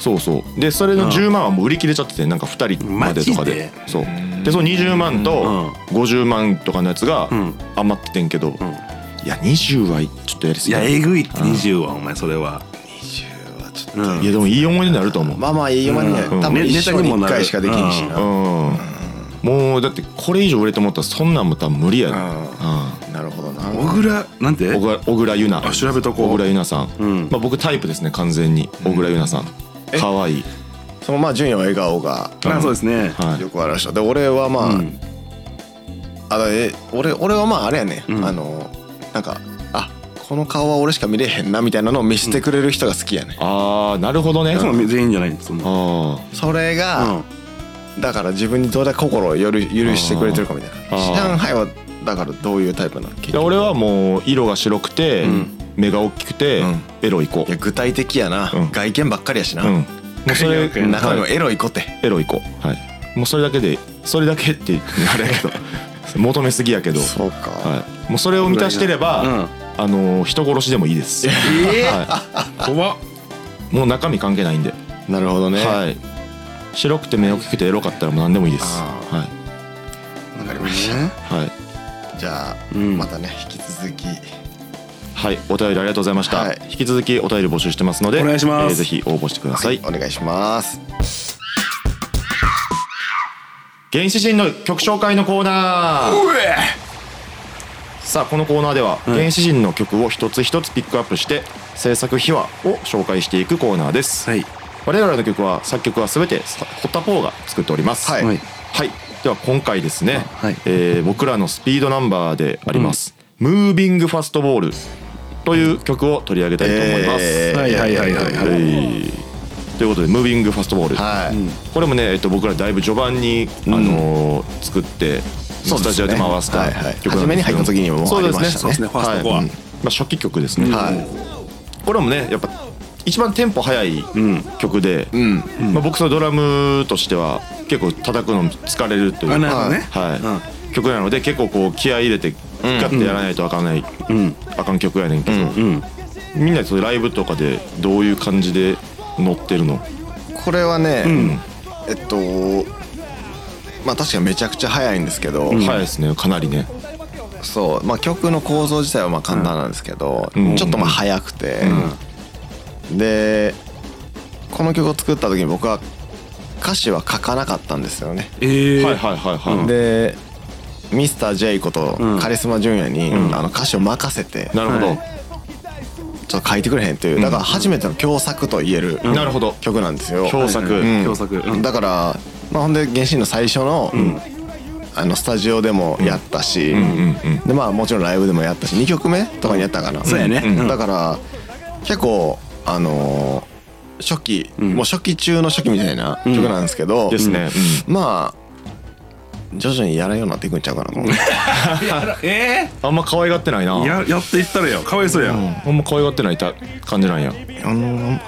Speaker 3: そうそうでそれの10万はもう売り切れちゃっててなんか2人までとかで
Speaker 5: マ
Speaker 3: そうでその20万と50万とかのやつが
Speaker 5: ん
Speaker 3: 余っててんけど、いや20はちょっとやりす
Speaker 5: い
Speaker 3: ぎ
Speaker 5: や
Speaker 3: い
Speaker 5: えぐいって20はお前それは
Speaker 1: 20はちょっと
Speaker 5: うん
Speaker 3: いやでもいい思い出になると思う
Speaker 1: まあまあいいよまにね
Speaker 3: ん
Speaker 1: 多分
Speaker 5: ね
Speaker 1: 一生
Speaker 5: ネタ
Speaker 1: に
Speaker 5: にも
Speaker 1: 1
Speaker 5: なる
Speaker 1: 回しかできんしな
Speaker 3: うん、もうだってこれ以上売れてもらったらそんなんも多分無理やね、う
Speaker 1: なるほどな
Speaker 5: 小倉なんて
Speaker 3: ん小倉小倉優奈
Speaker 5: あ調べとこう
Speaker 3: 小倉優奈さん、
Speaker 5: うん
Speaker 3: まあ、僕タイプですね完全に小倉優奈さん可愛いい、
Speaker 1: そのまあ順位は笑顔が
Speaker 5: あそうですね
Speaker 3: はい
Speaker 1: よく表したで俺はまあ、
Speaker 5: うん
Speaker 1: あだえ俺俺はまああれやね、
Speaker 5: ん
Speaker 1: あのなんかあこの顔は俺しか見れへんなみたいなのを見せてくれる人が好きやね、
Speaker 3: ああなるほどね、
Speaker 5: そ
Speaker 3: あ
Speaker 5: の全員じゃないんですそんな
Speaker 3: あ
Speaker 1: それ
Speaker 5: う
Speaker 1: が
Speaker 5: ん、
Speaker 1: だから自分にどれだけ心を許許してくれてるかみたいな
Speaker 3: あー
Speaker 1: 上海はだからどういうタイプなの
Speaker 3: いや俺はもう色が白くて、
Speaker 5: ん
Speaker 3: 目が大きくて、
Speaker 1: うん
Speaker 3: エロい子
Speaker 1: いや具体的やな、
Speaker 3: うん
Speaker 1: 外見ばっかりやしな、
Speaker 3: うんもうそれ
Speaker 1: 中身も
Speaker 3: はい
Speaker 1: エロい子って
Speaker 3: エロい子はいもうそれだけでそれだけってあれやけど求めすぎやけど
Speaker 1: そうか、
Speaker 3: はい、もうそれを満たしてれば、
Speaker 5: うん
Speaker 3: あのー人殺しでもいいです、はい、怖もう中身関係ないんで、
Speaker 1: なるほどね、
Speaker 3: はい白くて目大きくてエロかったらもう何でもいいですは
Speaker 1: わかりました、
Speaker 3: い、はい
Speaker 1: じゃあ、
Speaker 5: ん
Speaker 1: またね引き続き
Speaker 3: はい、お便りありがとうございました、
Speaker 1: はい
Speaker 3: 引き続きお便り募集してますので
Speaker 5: お願いします
Speaker 3: えーぜひ応募してください、
Speaker 1: お願いします
Speaker 3: 原始人の曲紹介のコーナーさあこのコーナーでは原始人の曲を一つ一つピックアップして制作秘話を紹介していくコーナーです、
Speaker 5: はい
Speaker 3: 我々の曲は作曲は全てホタポーが作っております
Speaker 1: はい
Speaker 5: はい
Speaker 3: はいでは今回ですね、
Speaker 5: はい
Speaker 3: えー僕らのスピードナンバーであります「ムービングファストボール」という曲を取り上げたいと思います。
Speaker 1: えー
Speaker 5: はいはいはいはいは
Speaker 3: はいいということで「ムービングファストボール」
Speaker 1: はい
Speaker 3: これもね、えっと、僕らだいぶ序盤に、あのー作って
Speaker 1: そうですね
Speaker 3: スタジオで回した
Speaker 1: はいはい初
Speaker 3: 曲なんですけど
Speaker 1: めに入った時にももう
Speaker 3: そうです
Speaker 1: あり
Speaker 3: ね
Speaker 1: ましたね
Speaker 5: そうですねファーストコア
Speaker 3: いうんまあ、初期曲ですね、
Speaker 1: はい
Speaker 3: これもねやっぱ一番テンポ速い曲で、
Speaker 1: うん
Speaker 3: まあ、僕そのドラムとしては結構叩くの疲れるという
Speaker 5: あなるほどね
Speaker 3: はい曲なので結構こう気合い入れてガッてやらないとあかんない、あかん曲やねんけど、みんなでそれライブとかでどういう感じで乗ってるの
Speaker 1: これはね、えっとまあ確かにめちゃくちゃ早いんですけど、
Speaker 3: 速いですねかなりね
Speaker 1: そう、まあ、曲の構造自体はまあ簡単なんですけど、
Speaker 3: うん
Speaker 1: ちょっとまあ早くて、でこの曲を作った時に僕は歌詞は書かなかったんですよね。
Speaker 5: えー
Speaker 3: はいはいはいはい、
Speaker 1: でミスター・ジェイことカリスマ純也に、あの歌詞を任せて
Speaker 3: なるほど、
Speaker 1: ちょっと書いてくれへんっていうだから初めての共作と言える
Speaker 3: なるほど
Speaker 1: 曲なんですよ。
Speaker 3: 共作、
Speaker 1: うん
Speaker 5: 共作うん
Speaker 1: だから、まあ、ほんで原神の最初の,、あのスタジオでもやったし、でまあ、もちろんライブでもやったし2曲目とかにやったかな、
Speaker 5: そうやねうん
Speaker 1: だから結構あのー初期、もう初期中の初期みたいな曲なんですけど、
Speaker 3: ですね、
Speaker 1: まあ徐々にやらんようになっていくんちゃうかなこの
Speaker 5: え
Speaker 3: あんま可愛がってないな
Speaker 5: ーややっていったらやかわいそうやん
Speaker 3: あんま可愛がってないた感じなんや
Speaker 1: あのーうん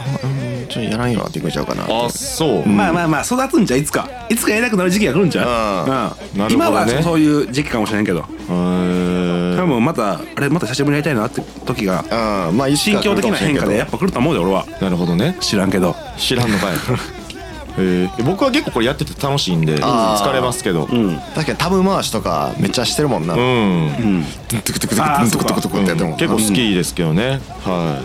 Speaker 1: ちょっとやらんようになっていくんちゃうかな
Speaker 3: あそう、
Speaker 5: まあまあまあ育つんじゃいつかいつかやりたくなる時期が来るんじゃう、
Speaker 3: うんなるほどね
Speaker 5: 今はそういう時期かもしれんけど
Speaker 3: へ
Speaker 5: 多
Speaker 3: ー
Speaker 5: 分またあれまた久しぶりにやりたいなって時が
Speaker 1: うんまあ
Speaker 5: 心境的な変化でやっぱ来ると思うで俺は
Speaker 3: なるほどね
Speaker 5: 知らんけど
Speaker 3: 知らんの かいえー、僕は結構これやってて楽しいんで
Speaker 1: あー
Speaker 3: 疲れますけどうん、
Speaker 1: 確かにタブ回しとかめっちゃしてるもんな、トゥクトゥクトゥクトゥクトゥクトゥクトゥクってやってるもん
Speaker 3: 結構好きですけどね、は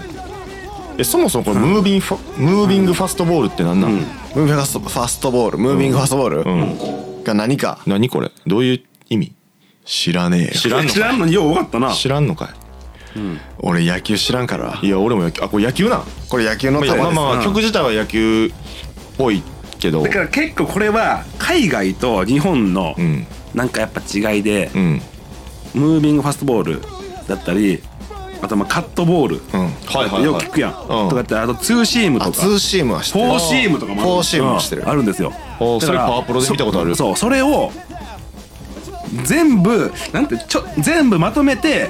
Speaker 3: いえそもそもこれムービンファ、ムービングファストボールって何なん、
Speaker 1: ムービングファストファストボールムービングファストボール、が何か
Speaker 3: 何これどういう意味
Speaker 1: 知らねえよ
Speaker 3: 知らんの
Speaker 5: 知
Speaker 3: から
Speaker 5: んのによう分かったない
Speaker 3: 知らんのか
Speaker 1: 俺野球知らんから
Speaker 3: いいや俺も野球あこれ野球なん
Speaker 1: これ野球の球
Speaker 3: ま
Speaker 1: で
Speaker 3: あ
Speaker 1: す、
Speaker 3: まあまあ
Speaker 5: うん
Speaker 3: 曲自体は野球っぽいけど
Speaker 5: だから結構これは海外と日本の
Speaker 3: うん
Speaker 5: なんかやっぱ違いで
Speaker 3: う、ん
Speaker 5: ムービングファストボールだったりあとまあカットボール、
Speaker 3: うんはいはい
Speaker 5: よ
Speaker 3: は
Speaker 5: く
Speaker 3: い
Speaker 5: 聞くやん、
Speaker 3: ん
Speaker 5: とかってあとツーシーム
Speaker 1: あ
Speaker 5: と
Speaker 1: ツ
Speaker 5: か
Speaker 1: ーシームはして
Speaker 5: フ
Speaker 1: る
Speaker 5: ォーシームとかもある
Speaker 1: フォーシームもしてる、
Speaker 5: うんあるんですよ
Speaker 3: おー
Speaker 5: だから
Speaker 3: それパワープロで見たことある
Speaker 5: そそうそれを全部なんてちょ全部まとめて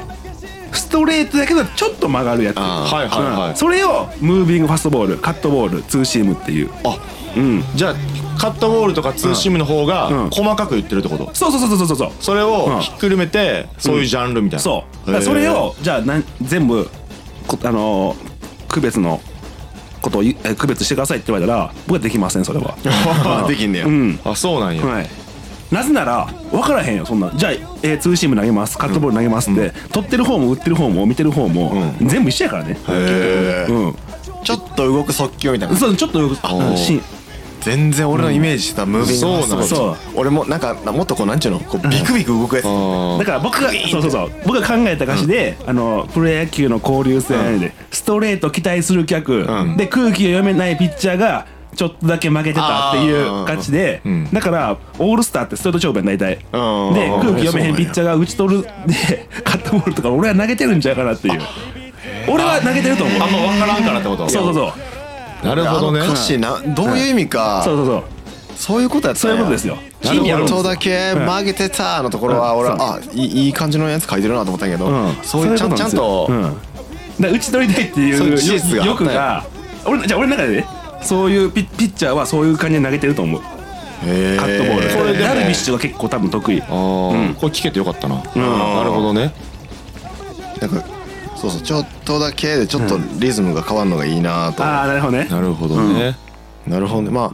Speaker 5: ストレートだけどちょっと曲がるやつ
Speaker 3: はいはいはい
Speaker 5: うんそれをムービングファストボールカットボールツーシームっていう
Speaker 3: あ
Speaker 5: うん
Speaker 3: じゃあカットボールとかツーシームの方
Speaker 5: うんう
Speaker 3: が
Speaker 5: ん
Speaker 3: 細かく言ってるってこと
Speaker 5: そうそうそうそうそうそう
Speaker 3: それ
Speaker 5: う
Speaker 3: を
Speaker 5: ん
Speaker 3: ひっくるめてそういうジャンルみたいな
Speaker 5: そうだからそれをじゃあなん全部こあのー区別のことを言え区別してくださいって言われたら僕はできません それは
Speaker 1: できんねや、
Speaker 5: うん
Speaker 3: あそうなんや
Speaker 5: はいなぜなら分からへんよそんなんじゃあ、えー、ツーシーム投げますカットボール投げますって、取ってる方も打ってる方も見てる方も、全部一緒やからね
Speaker 1: へー
Speaker 5: うん
Speaker 1: ちょっと動く速球みたいな
Speaker 5: そうちょっとよくあ
Speaker 1: おー
Speaker 5: シーン
Speaker 1: 全然俺のイメージしてたムービングファストボール
Speaker 5: そうなんだ
Speaker 1: 俺もなんかもっとこうなんちゅうのこうビクビク動くやつ、
Speaker 5: だから僕がそうそうそう僕が考えた歌詞で、あのプロ野球の交流戦で、ストレート期待する客、で空気を読めないピッチャーがちょっとだけ負けてたっていう感じで、だからオールスターってストレート長弁大体、で
Speaker 1: うん
Speaker 5: 空気読めへんピッチャーが打ち取るで カットボールとか俺は投げてるんちゃうかなっていう俺は投げてると思う
Speaker 3: あんま分からんからってこと
Speaker 5: そうそうそう
Speaker 3: なるほどね
Speaker 1: あの歌詞などういう意味か、
Speaker 5: そうそうそう
Speaker 1: そういうことやった
Speaker 5: そういうことですよ
Speaker 1: ち
Speaker 5: 意味あ
Speaker 1: ょ
Speaker 5: る
Speaker 1: っ
Speaker 5: んです
Speaker 1: と
Speaker 5: よ
Speaker 1: だけ曲げてたのところは
Speaker 5: うん
Speaker 1: 俺
Speaker 5: そう
Speaker 1: はあいいいい感じのやつ書いてるなと思ったんやけどそういうちゃんちゃん
Speaker 5: う
Speaker 1: と
Speaker 5: ん、だから打ち取りたいって
Speaker 1: そういう
Speaker 5: い
Speaker 1: 事
Speaker 5: う
Speaker 1: 実があったんや
Speaker 5: 欲が俺じゃあ俺の中でねそういうピピッチャーはそういう感じで投げてると思う
Speaker 1: へ
Speaker 5: カットボール、
Speaker 1: これで
Speaker 5: ダルビッシュが結構多分得意
Speaker 3: あーこれ聞けてよかったななるほどね
Speaker 1: なんかそうそうちょっとだけでちょっとリズムが変わるのがいいなと
Speaker 5: ああなるほどね
Speaker 3: なるほどね
Speaker 1: なるほどねまあ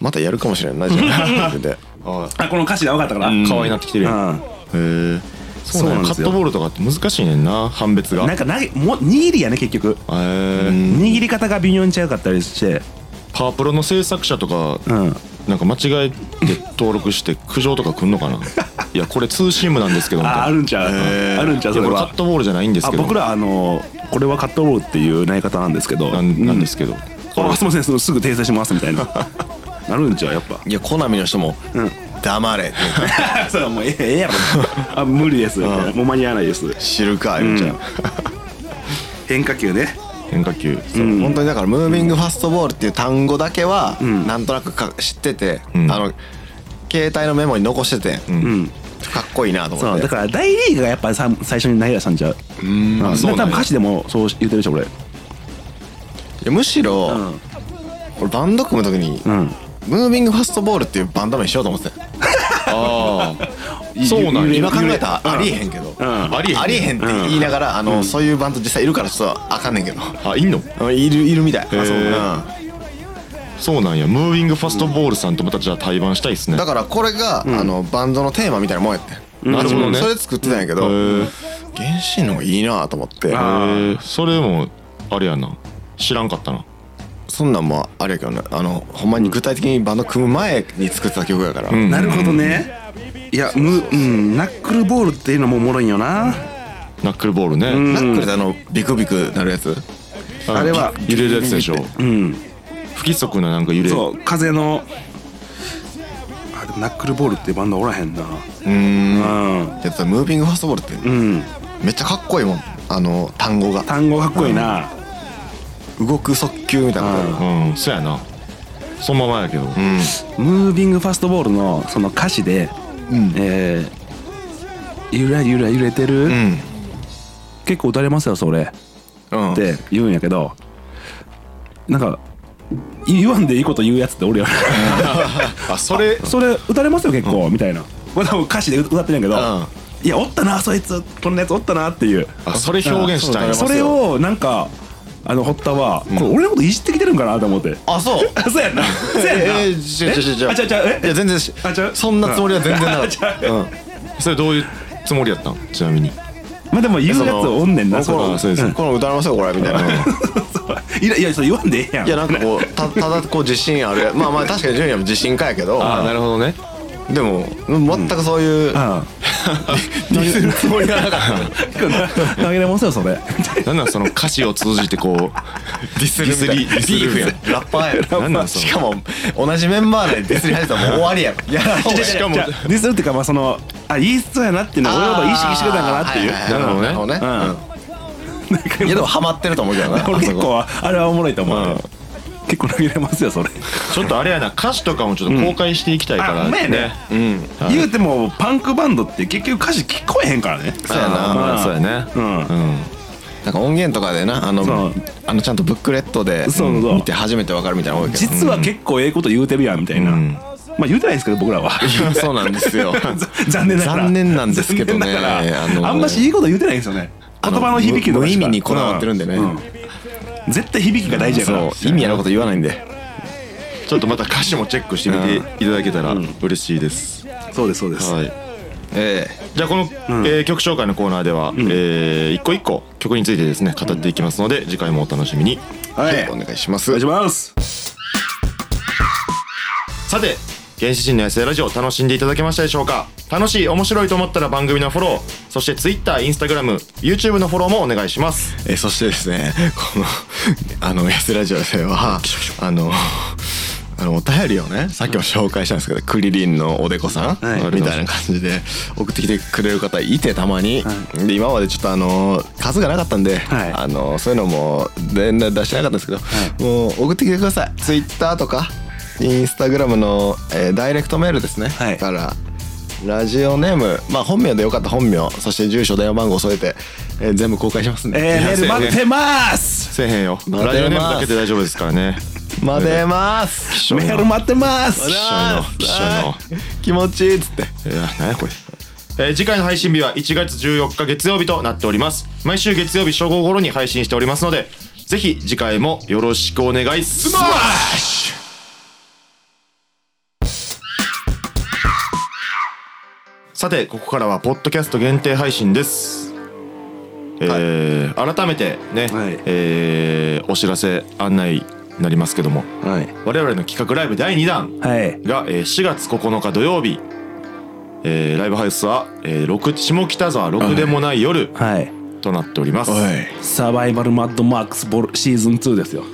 Speaker 1: またやるかもしれんないじゃ んで
Speaker 3: あ
Speaker 5: あこの歌詞が分かったから、うん、
Speaker 3: 可愛いなってきてるやんへえそ
Speaker 5: そう
Speaker 3: うなんや
Speaker 5: なん
Speaker 3: カ
Speaker 5: です
Speaker 3: ッ
Speaker 5: よ
Speaker 3: トボールとかって難しいねんな判別が
Speaker 5: なんか投げもう握りやね結局
Speaker 3: へー
Speaker 5: 握り方が微妙に違うかったりして
Speaker 3: パワープロの制作者とか
Speaker 5: うん
Speaker 3: なんか間違えて登録して苦情とか来んの かないやこれツーシームなんですけどみたい
Speaker 5: あ
Speaker 3: な
Speaker 5: あるんちゃう、あるんちゃう
Speaker 3: いや
Speaker 5: それ
Speaker 3: これカ
Speaker 5: は
Speaker 3: ットボールじゃないんです
Speaker 5: あ
Speaker 3: けど
Speaker 5: 僕らあのこれはカットボールっていう投げ方なんですけど
Speaker 3: なんなんですけ ど、
Speaker 5: うんあすいませんそのすぐ訂正しますみたいななるんちゃうやっぱ
Speaker 1: いやコナミの人も
Speaker 5: うん
Speaker 1: 黙れって
Speaker 5: それはもうええやろあ無理ですみたいなもう間に合わないです
Speaker 1: 知るか言うちゃう、
Speaker 5: 変化球ね
Speaker 1: 変化球、そう本当にだからムービングファストボールっていう単語だけはなんとなくか知ってて、あの携帯のメモに残してて、かっこいいなと思
Speaker 5: そ
Speaker 1: っ
Speaker 5: う
Speaker 1: て
Speaker 5: だから大リーグがやっぱさ最初に投げ出したんちゃううん多
Speaker 1: そうなんや
Speaker 5: 分歌詞でもそう言ってるでしょこれ
Speaker 1: いやむしろ、俺バンド組む時に、
Speaker 5: ん
Speaker 1: ムービングファストボールっていうバンド名しようと思ってたよ
Speaker 3: ああそうなんや
Speaker 1: 今考えたらありえへんけど、
Speaker 5: うん
Speaker 3: ありえへん
Speaker 1: ありえへんって言いながら、あのそういうバンド実際いるからちょっとあかんねんけど、
Speaker 3: あいんの
Speaker 1: うんいるいるみたい、
Speaker 3: ー
Speaker 1: あそううん
Speaker 3: そうなんやムービングファストボールさんとまたじゃあ対バンしたいっすね
Speaker 1: だからこれが、あのバンドのテーマみたいなもんやって、ん、
Speaker 3: なるほどね
Speaker 1: それ作ってたんやけど、
Speaker 3: へえ
Speaker 1: 原神の方がいいなと思って
Speaker 3: へえそれもあれやな知らんかったな
Speaker 1: そんなんもあれやけどねあのほんまに具体的にバンド組む前に作ってた曲やから、
Speaker 3: ん
Speaker 5: なるほどねいやむうんナックルボールっていうのもおもろいんよな
Speaker 3: ナックルボールね、
Speaker 1: ナックルであのビクビクなるやつ
Speaker 5: あれは
Speaker 3: 揺れるやつでしょ
Speaker 5: うん
Speaker 3: 不規則ななんか揺れ
Speaker 5: そう風のあでもナックルボールってバンドおらへんな
Speaker 1: うーん
Speaker 5: うん
Speaker 1: やつはムービングファストボールって
Speaker 5: うん
Speaker 1: めっちゃかっこいいもんあの単語が
Speaker 5: 単語かっこいいな
Speaker 1: 動く速球みたいなこと
Speaker 3: うんそやなそのままやけど、
Speaker 1: うん
Speaker 5: ムービングファストボールのその歌詞で
Speaker 1: うん
Speaker 5: えーゆらゆら揺れてる、
Speaker 1: うん
Speaker 5: 結構打たれますよそれ
Speaker 1: うん
Speaker 5: って言うんやけどなんか言わんでいいこと言うやつっておるよね
Speaker 3: あそれ
Speaker 5: それ打たれますよ結構、みたいなこれ多分歌詞で歌ってるんやけど、
Speaker 1: うん
Speaker 5: いやおったなそいつこんなやつおったなっていう
Speaker 3: あそれ表現したい
Speaker 5: うんそれをなんかあの堀田は、これ俺のこといじってきてるんかなと思って
Speaker 1: あそう
Speaker 5: そうやんなそうやんな、
Speaker 1: えー違う違う違う
Speaker 5: えあ違う違う
Speaker 1: い
Speaker 5: え
Speaker 1: や全然し
Speaker 5: あ違う
Speaker 1: そんなつもりは全然なかっ
Speaker 5: あ違
Speaker 1: たうん
Speaker 3: それどういうつもりやったんちなみに
Speaker 5: まあでも言うやつおんねんな
Speaker 1: この
Speaker 5: それ
Speaker 1: このこの歌われましょうこれみたいな
Speaker 5: いやいやそれ言わんでええやん
Speaker 1: いやなんかこうたただこう自信あるまあまあ確かにジュニアも自信家やけど
Speaker 3: あなるほどね
Speaker 1: でも全くそういう、
Speaker 5: うん
Speaker 1: ディスるつもりがなかった
Speaker 5: 投げれますよそれ
Speaker 3: なんなんその歌詞を通じてこう ディス
Speaker 1: ディスリ
Speaker 3: ディスリ
Speaker 1: ビーフやんラッパーやん
Speaker 3: なんなんその
Speaker 1: しかも同じメンバーでディスり始めたらもう終わりやろいや
Speaker 3: しかも
Speaker 5: じゃあディスるっていうかまあそのあいい人やなっていうのを俺のこと意識してたんかなっていう、
Speaker 1: あーはいはいはい
Speaker 3: なるほど
Speaker 1: なるほどねうんいやでもハマってると思うけどなあ
Speaker 5: 俺
Speaker 1: そ
Speaker 5: 結
Speaker 1: こ
Speaker 5: 構あれはおもろいと思う、結構投げれますよそれ
Speaker 3: ちょっとあれやな歌詞とかもちょっと公開していきたいから、
Speaker 5: あほんまやね
Speaker 3: うんはい
Speaker 5: 言うてもパンクバンドって結局歌詞聞こえへんからね
Speaker 3: そうやなまあそうやね
Speaker 5: うん
Speaker 1: なんか音源とかでなあ
Speaker 5: そ
Speaker 1: の
Speaker 5: う
Speaker 1: あのちゃんとブックレットで
Speaker 5: そうそう
Speaker 1: 見て初めてわかるみたいなの多いけど
Speaker 5: 実は結構ええこと言うてるやんみたいな、
Speaker 3: うん
Speaker 5: まあ言うてないですけど僕ら は
Speaker 1: うん そうなんですよ
Speaker 5: 残念ながら
Speaker 1: 残念なんですけどね
Speaker 5: 残念ながら
Speaker 1: あの
Speaker 5: あんましいいこと言うてないんですよね言葉の響きとかしか
Speaker 1: 無無意味にこだわってるんでね
Speaker 5: 絶対響きが大事やから
Speaker 1: そう意味あること言わないんで
Speaker 3: ちょっとまた歌詞もチェックしてみていただけたら嬉しいです、
Speaker 5: そうですそうです、
Speaker 3: はい
Speaker 1: え
Speaker 3: じゃあこの、えー曲紹介のコーナーでは、えー一個一個曲についてですね語っていきますので次回もお楽しみに
Speaker 1: えはいお願いします
Speaker 5: お願いします
Speaker 3: さて原始人の野生ラジオ楽しんでいただけましたでしょうか楽しい面白いと思ったら番組のフォローそして TwitterInstagramYouTube のフォローもお願いします
Speaker 1: えーそしてですねこのあの「安ラジオ」ではあのあのお便りをねさっきも紹介したんですけどクリリンのおでこさん、
Speaker 5: はい
Speaker 1: みたいな感じで送ってきてくれる方いてたまに、で今までちょっとあの数がなかったんで、
Speaker 5: はい
Speaker 1: あのそういうのも連絡出してなかったんですけど、もう送ってきてくださいツイッターとかインスタグラムの、えーダイレクトメールですね、
Speaker 5: はい
Speaker 1: からラジオネームまあ本名でよかった本名そして住所電話番号添えて、えー全部公開しますんで、
Speaker 5: えー、メール待ってます
Speaker 3: せえへんよ
Speaker 1: 待
Speaker 3: ラ
Speaker 1: てます
Speaker 3: ジオネームだけで大丈夫ですからね
Speaker 1: 待てます。
Speaker 3: きっしょい
Speaker 5: メ
Speaker 3: の
Speaker 5: ール待ってます
Speaker 3: きっしょいのきっしょいの
Speaker 1: 気持ちいいっつって。
Speaker 3: いや何やこれ、えー次回の配信日は1月14日月曜日となっております毎週月曜日正午頃に配信しておりますのでぜひ次回もよろしくお願いしますさてここからはポッドキャスト限定配信ですえー改めてね、
Speaker 5: はい
Speaker 3: えーお知らせ案内になりますけども
Speaker 5: はい
Speaker 3: 我々の企画ライブ第2弾
Speaker 5: はい
Speaker 3: が、えー4月9日土曜日、えーライブハウスは、えー六下北沢6でもない夜
Speaker 5: はい
Speaker 3: となっております。
Speaker 5: サバイバルマッドマックスボルシーズン2ですよ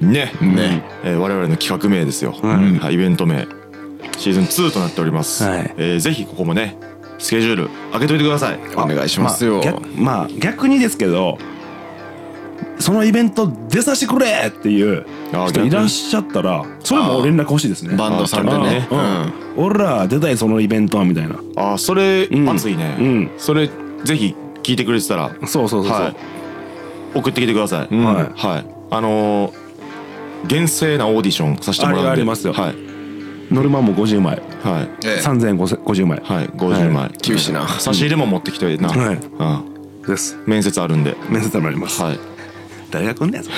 Speaker 3: ね
Speaker 1: ね
Speaker 3: えー我々の企画名ですよ、はいイベント名シーズン2となっております、
Speaker 5: はい
Speaker 3: えーぜひここもねスケジュール開けといてください
Speaker 1: お願いしますよ
Speaker 5: まあ、逆まあ逆にですけどそのイベント出させてくれっていう
Speaker 3: あー
Speaker 5: 人いらっしゃったらそれも連絡欲しいですね
Speaker 1: バンドさんでね
Speaker 5: うん俺ら出たいそのイベントはみたいな
Speaker 3: あーそれ
Speaker 5: ん
Speaker 3: 熱いね、
Speaker 5: うん
Speaker 3: それぜひ聞いてくれてたら
Speaker 5: そうそうそうそう、
Speaker 3: はい送ってきてください、
Speaker 5: ん
Speaker 3: はい、あのー厳正なオーディションさせてもらうんで
Speaker 5: ありますよ
Speaker 3: はい
Speaker 5: ノルマも50枚
Speaker 3: はい
Speaker 1: ええ
Speaker 5: 3050枚
Speaker 3: はい50枚
Speaker 1: 厳しいな
Speaker 3: 差し入れも持ってきてな、
Speaker 5: はい
Speaker 3: うん、
Speaker 5: です
Speaker 3: 面接あるんで
Speaker 5: 面接もあります、
Speaker 3: はい
Speaker 5: 誰が来んねんそ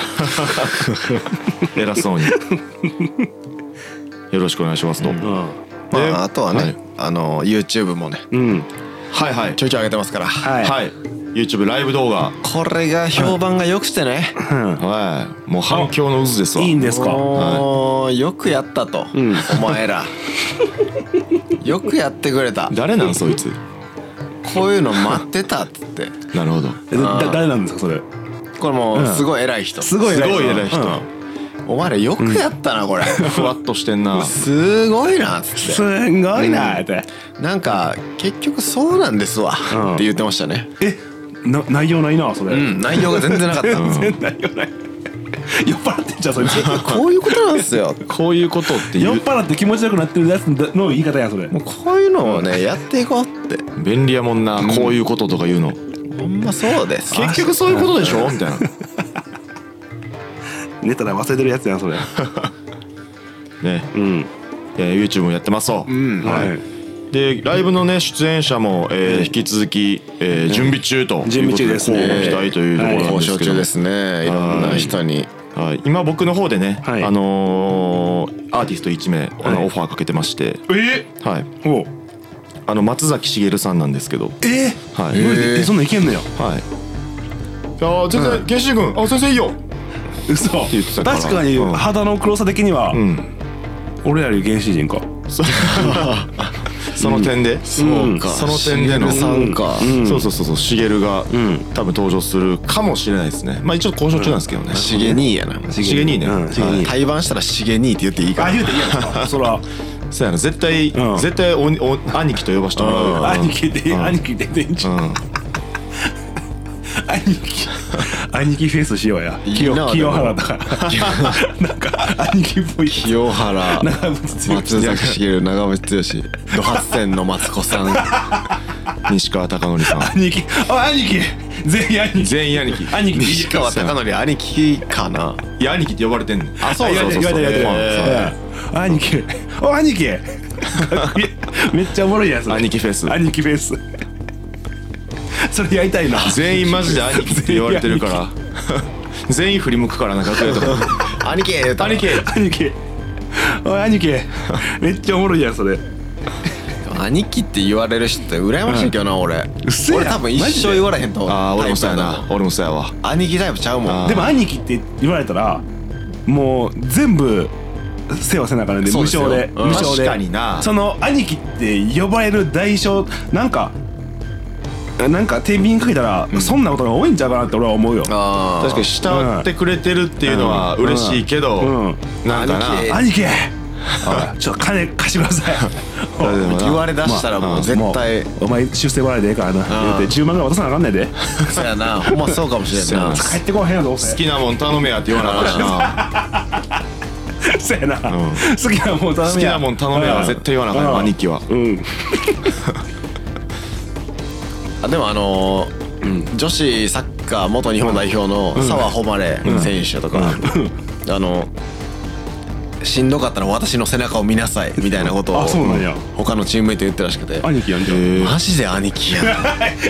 Speaker 5: れ
Speaker 3: 偉そうによろしくお願いしますと、
Speaker 1: ま
Speaker 3: で
Speaker 1: ああとはね、
Speaker 3: はい
Speaker 1: あの YouTube もね
Speaker 5: うん
Speaker 3: はいはい
Speaker 1: ちょいちょい上げてますから、
Speaker 5: はい、
Speaker 3: はい YouTube ライブ動画
Speaker 1: これが評判が良くてね、
Speaker 3: はいもう反響の渦ですわ
Speaker 5: いいんですか
Speaker 1: もうよくやったと、お前らよくやってくれた
Speaker 3: 誰なんそいつ
Speaker 1: こういうの待ってたっつって
Speaker 3: なるほど
Speaker 5: えだ誰なんですかそれ
Speaker 1: これもうすごい偉い人、
Speaker 5: すごい
Speaker 3: す
Speaker 5: 偉
Speaker 3: ごい偉い人、
Speaker 1: お前らよくやったなこれ、
Speaker 3: ふわっとしてんな
Speaker 1: すごいなっつっ
Speaker 5: すんごいなーって、
Speaker 1: てなんか結局そうなんですわ、
Speaker 5: ん
Speaker 1: って言ってましたね
Speaker 5: えな内容ないなそれ、
Speaker 1: うん内容が全然なかった、
Speaker 5: 全然内容ない酔っ払ってんじゃんそいつ
Speaker 1: こういうことなんですよ
Speaker 3: こういうことって
Speaker 5: 酔っ
Speaker 3: 言う
Speaker 5: 払って気持ちよくなってるやつの言い方やそれ
Speaker 1: もうこういうのをねやっていこうって
Speaker 3: 便利やもんなこういうこととか言うの
Speaker 1: ほんまそうです
Speaker 3: 結局そういうことでしょみたいな
Speaker 5: 寝たら忘れてるやつやんそれ
Speaker 3: ね
Speaker 5: うん
Speaker 3: えー YouTube もやってますわ
Speaker 1: うん
Speaker 5: はい
Speaker 3: でライブのね出演者もえー引き続きえー準備中と
Speaker 5: 準備中ですね
Speaker 3: いうことで交互期待というところなん
Speaker 1: 交
Speaker 3: です
Speaker 1: 渉
Speaker 3: けど
Speaker 1: 中
Speaker 3: も
Speaker 1: ですねいろんな人に
Speaker 3: はい、今僕の方でね、
Speaker 5: はい
Speaker 3: あのーアーティスト1名、あのオファーかけてまして、
Speaker 5: え
Speaker 3: はい、
Speaker 5: おう
Speaker 3: あの松崎しげるさんなんですけど、
Speaker 5: え
Speaker 3: はい、
Speaker 5: マジでえそんなんいけんのよ
Speaker 3: はい。ああ全然ゲシ君、あ先生いいよ。
Speaker 5: 嘘
Speaker 3: 言ってたから
Speaker 5: 確かに
Speaker 3: うん
Speaker 5: 肌の黒さ的には、
Speaker 3: うん。
Speaker 5: 俺らより原始人か
Speaker 3: そその点で、
Speaker 5: そうか
Speaker 3: その点での
Speaker 1: しげるさんか
Speaker 5: うん
Speaker 3: そうそうそうそうしげるが、多分登場するかもしれないですね。まあ一応交渉中なんですけどね。
Speaker 1: しげにやな
Speaker 3: しげにね、
Speaker 5: うんしげに
Speaker 3: はい
Speaker 1: 対バンしたらしげにって言っていいか
Speaker 5: あ言うていいやんかそら
Speaker 3: そうやな絶対、
Speaker 5: うん
Speaker 3: 絶対おにお兄貴と呼ばしてもらうよ。
Speaker 5: 兄貴で兄貴で電池
Speaker 3: うん。
Speaker 5: 兄貴兄貴フェイスしようや
Speaker 1: いいな
Speaker 5: 清
Speaker 1: でも
Speaker 5: 清原 だからなんか兄貴っ ぽい
Speaker 1: 清原
Speaker 5: 長渕剛
Speaker 1: 松崎しげる長渕剛ドハッセンのマツコさん
Speaker 3: 西川貴教さん。
Speaker 5: 兄貴あ兄貴 全員兄貴
Speaker 3: 全員兄貴。
Speaker 5: 兄貴でいい
Speaker 1: 西川貴教兄貴かない
Speaker 3: や兄貴って呼ばれてんの。あ
Speaker 5: あ言われて言われて言われてうん兄貴お兄貴 めっちゃおもろいやつ
Speaker 3: 兄貴フェス
Speaker 5: 兄貴フェイスそれやりたいな
Speaker 3: 全員マジで兄貴って言われてるから全員振り向くからな楽屋とか
Speaker 1: 兄貴言うたら
Speaker 3: 兄貴
Speaker 5: 兄貴おい兄貴めっちゃおもろいやんそれ
Speaker 1: 兄貴って言われる人って羨ましいけどな俺
Speaker 5: せえや
Speaker 1: 俺多分一生言われへんと思う
Speaker 3: あー俺もそうや
Speaker 1: タイ
Speaker 3: な
Speaker 1: プだ
Speaker 3: 俺もそうやわ
Speaker 1: と思う兄貴タイプちゃうもん
Speaker 5: でも兄貴って言われたらもう全部世話せなあかんねんで
Speaker 1: そう
Speaker 5: 無
Speaker 1: ですよ
Speaker 5: 償で
Speaker 1: うん
Speaker 5: 無償で
Speaker 3: 確かにな
Speaker 5: その兄貴って呼ばれる代償なんかなんか天秤にかけたらそんなことが多いんちゃうかなって俺は思うよ
Speaker 1: あ
Speaker 3: 確かに慕ってくれてるっていうのは
Speaker 5: うん
Speaker 3: 嬉しいけど、
Speaker 5: うん
Speaker 3: なんかな
Speaker 1: 兄貴
Speaker 5: 兄貴おいちょっと金貸してくださ い
Speaker 3: 誰でもな
Speaker 1: 言われだしたらもう絶対
Speaker 5: もうお前出世払いでええからな言うて10万ぐらい渡さなあかんねんで
Speaker 1: そうやなほんまそうかもしれんな
Speaker 5: 帰ってこうへんやぞどうせ
Speaker 3: 好きなもん頼めやって言わなあかんしな
Speaker 5: そうやな、好きなもん頼
Speaker 3: 好
Speaker 5: め
Speaker 3: き
Speaker 5: や
Speaker 3: なもん頼めやは絶対言わなあかんよ兄貴は
Speaker 5: うん
Speaker 1: あでもあのー女子サッカー元日本代表の澤穂希選手とか、あのしんどかったら私の背中を見なさいみたいなことを
Speaker 5: あそうなんや
Speaker 1: 他のチームメイト言ってたらしくて
Speaker 5: 兄貴やんじゃん、
Speaker 1: マジで兄貴やん
Speaker 5: い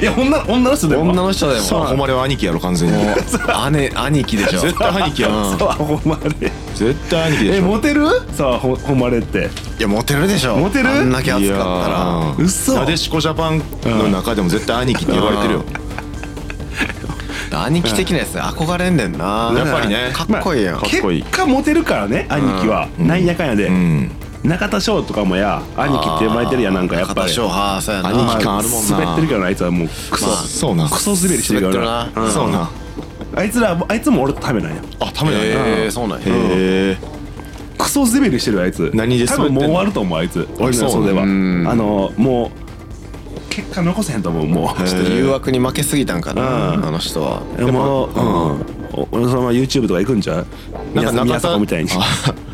Speaker 5: や女女の人でも
Speaker 1: 女の人でも
Speaker 3: そう
Speaker 1: もう
Speaker 3: 誉れは兄貴やろ完全に
Speaker 1: 姉兄貴でしょ
Speaker 3: 絶対兄貴やろ
Speaker 5: そうほんまで
Speaker 3: 絶対兄貴で
Speaker 5: え
Speaker 3: しょ
Speaker 5: モテるさあほほんまれって
Speaker 1: いやモテるでしょ
Speaker 5: モテる
Speaker 1: あんだけ
Speaker 3: い
Speaker 1: 熱
Speaker 3: や
Speaker 1: かったら
Speaker 3: ー
Speaker 5: 嘘
Speaker 3: なでしこジャパンの中でも絶対兄貴って言われてるよ
Speaker 1: 兄貴的なやつ憧れんねんな
Speaker 3: やっぱりね
Speaker 1: かっこいいやん、
Speaker 3: まあっこいい
Speaker 5: 結果モテるからね兄貴は、なんやかんやで、
Speaker 3: うん
Speaker 5: 中田翔とかもや兄貴って呼ばれてるやんなんかやっぱり
Speaker 1: 片翔はそうやな
Speaker 3: 兄貴
Speaker 1: ま
Speaker 3: 感あるもんな
Speaker 5: 滑ってるからなあいつはもうクソ、
Speaker 3: まあそうな
Speaker 5: クソ滑りしてるから
Speaker 1: 滑ってるな
Speaker 3: そうな
Speaker 5: あいつらあいつも俺と食べないや
Speaker 3: あためだ
Speaker 1: あ
Speaker 3: ね
Speaker 1: えーそうなんや
Speaker 3: へえ
Speaker 5: ククソデビルしてるよあいつ
Speaker 3: 何で
Speaker 5: 多
Speaker 3: 滑っ
Speaker 5: 分
Speaker 3: てんの
Speaker 5: もう終わると思うあいつ俺
Speaker 3: そう
Speaker 5: の
Speaker 3: なの
Speaker 5: そうではあ
Speaker 2: うん
Speaker 5: のもう結果残せへんと思うも
Speaker 1: ちょっと誘惑に負けすぎたんかな、あの人は
Speaker 5: うでもうんお俺のそのまま YouTube とか行くんちゃう
Speaker 3: なんか
Speaker 5: 宮宮
Speaker 3: 中田
Speaker 5: 迫みたいに
Speaker 3: あ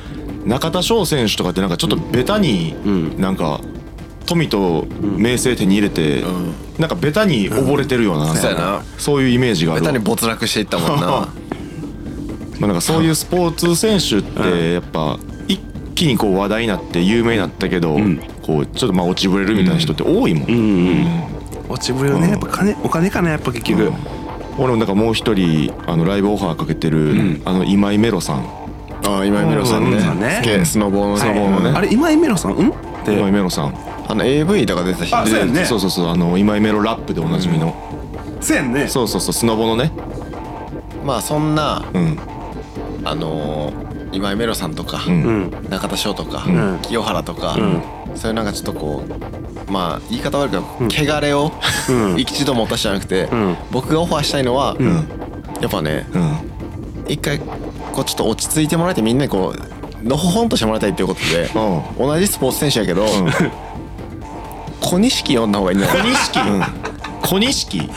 Speaker 3: 中田翔選手とかってなんかちょっとベタになんか富と名声手に入れてなんかベタに溺れてるような
Speaker 1: そうやな
Speaker 3: そういうイメージがあ
Speaker 1: ベ
Speaker 3: る
Speaker 1: タ
Speaker 3: わ
Speaker 1: に没落していった もんな
Speaker 3: まあなんかそういうスポーツ選手ってやっぱ一気にこう話題になって有名になったけどこうちょっとまあ落ちぶれるみたいな人って多いもん
Speaker 5: 落ちぶれよねやっぱ金お金かなやっぱ結局
Speaker 3: 俺もなんかもう一人あのライブオファーかけてるあの今井メロさん
Speaker 1: ああ今井メロさんね,、
Speaker 5: うんそうね
Speaker 1: スケスノボーの、スノボーのね
Speaker 5: はいあれ今井メロさんうんって
Speaker 3: 今井メロさん
Speaker 1: あの AV とか出てた人
Speaker 5: あそうやんね
Speaker 3: そうそうそうあの今井メロラップでおなじみの
Speaker 5: せやんね
Speaker 3: そうそうそうスノボのね
Speaker 1: まあそんな
Speaker 3: うん
Speaker 1: あのー今井メロさんとか、
Speaker 3: うん
Speaker 5: うん
Speaker 1: 中田翔とか、
Speaker 5: ん
Speaker 1: 清原とか、そういうなんかちょっとこうまあ言い方悪いけど、汚れを、
Speaker 5: うん
Speaker 1: 一度も落としたんじゃなくて、
Speaker 5: ん
Speaker 1: 僕がオファーしたいのは、やっぱね
Speaker 3: うん
Speaker 1: 一回こうちょっと落ち着いてもらえてみんなにこうのほほんとしてもらいたいっていうことで
Speaker 3: う
Speaker 1: 同じスポーツ選手やけど、小錦呼んだ方がいいんじゃない
Speaker 3: 小錦小錦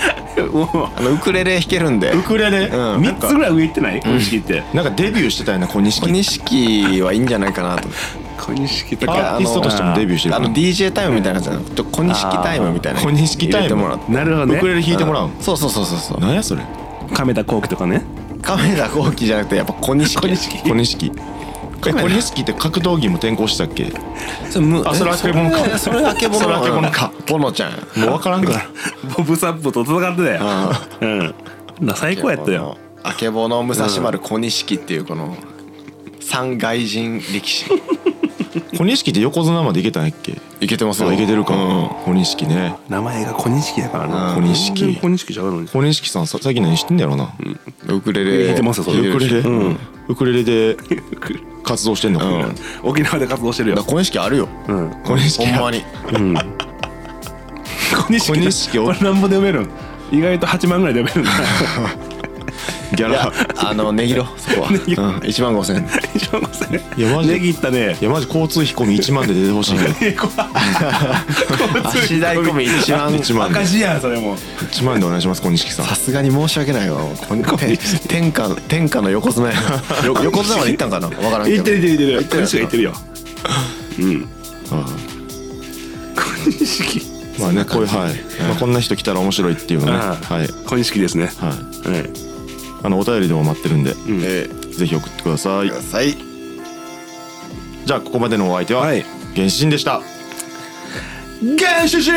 Speaker 1: あのウクレレ弾けるんで
Speaker 3: ウクレレ
Speaker 1: うん
Speaker 5: 3つぐらい上行ってない小錦って
Speaker 3: なんかデビューしてたよな小
Speaker 1: 小
Speaker 3: 錦
Speaker 1: 錦はいいんじゃないかなと思って
Speaker 5: 小錦と
Speaker 1: だ
Speaker 3: ア
Speaker 1: か
Speaker 5: から
Speaker 3: ーティストとしてもデビューしてる
Speaker 1: あの DJ タイムみたいなやつじゃなくて小錦タイムみたいな
Speaker 3: 小錦タイム
Speaker 1: 入れてもらって
Speaker 5: なるほど
Speaker 3: ウクレ
Speaker 5: ね
Speaker 3: レ弾いてもらうの
Speaker 1: そうそうそうそうそう
Speaker 3: 何やそれ
Speaker 5: 亀田光輝とかね
Speaker 1: 亀田光輝じゃなくてやっぱ小錦小錦
Speaker 3: 小錦え小錦って格闘技も転向したっけあそれあけぼのか
Speaker 1: それあけぼの
Speaker 3: それあけぼのか
Speaker 1: ボノちゃん
Speaker 3: もう分からんから
Speaker 5: ボブサップと戦ってたようんな最高やったよ
Speaker 1: あけぼの武蔵丸小錦っていうこの三外人力士
Speaker 3: 小錦って横綱までいけたんやっけ
Speaker 1: いけてます
Speaker 3: そういけてるか小錦ね
Speaker 5: 名前が小錦やからな
Speaker 3: 小
Speaker 5: 全然
Speaker 3: 錦
Speaker 5: 小錦ちゃうのに
Speaker 3: 小錦さんさ最近何してんだやろな
Speaker 1: ウクレレ
Speaker 5: 弾いてますよそれ
Speaker 1: 弾
Speaker 3: ウク
Speaker 1: いてる
Speaker 3: レレ
Speaker 1: し
Speaker 3: ウクレレで活動してんのか
Speaker 1: うん
Speaker 5: 沖縄で活動してる
Speaker 1: だから小
Speaker 5: よ
Speaker 1: 錦あるよ
Speaker 5: うん
Speaker 3: 小
Speaker 1: ほ
Speaker 3: 錦
Speaker 1: んまに
Speaker 5: 小錦
Speaker 3: 小錦
Speaker 5: これなんぼで読めるん意外と8万ぐらいで 読めるんだ
Speaker 3: ギャ
Speaker 1: いや
Speaker 3: ラ
Speaker 1: あのねぎろそこは
Speaker 5: ぎろ
Speaker 1: 1万5千
Speaker 5: 一万五千
Speaker 3: いやマジで
Speaker 5: ネギいったね
Speaker 3: いやマジ交通費込み1万で出てほしいけど
Speaker 5: えこ
Speaker 1: 足代込み1万
Speaker 3: 1万で
Speaker 5: 赤字やんそれも
Speaker 3: 1万でお願いします小錦さん
Speaker 1: さすがに申し訳ないわこん天天下天下の横綱やなよ横綱まで行ったんかなわからんけ
Speaker 5: いっ
Speaker 1: ど
Speaker 5: てるいってるいっ
Speaker 1: 行っててる
Speaker 5: る小錦がいってるようん小錦
Speaker 3: まあねこういうはい、まあ、こんな人来たら面白いっていうのね
Speaker 5: ああ
Speaker 3: はい
Speaker 5: 小錦ですね
Speaker 3: はい
Speaker 5: はい
Speaker 3: あのお便りでも待ってるんで、
Speaker 1: えー
Speaker 3: ぜひ送ってください
Speaker 1: ください
Speaker 3: じゃあここまでのお相手は、
Speaker 5: はい
Speaker 3: 原始人でした
Speaker 5: 原始人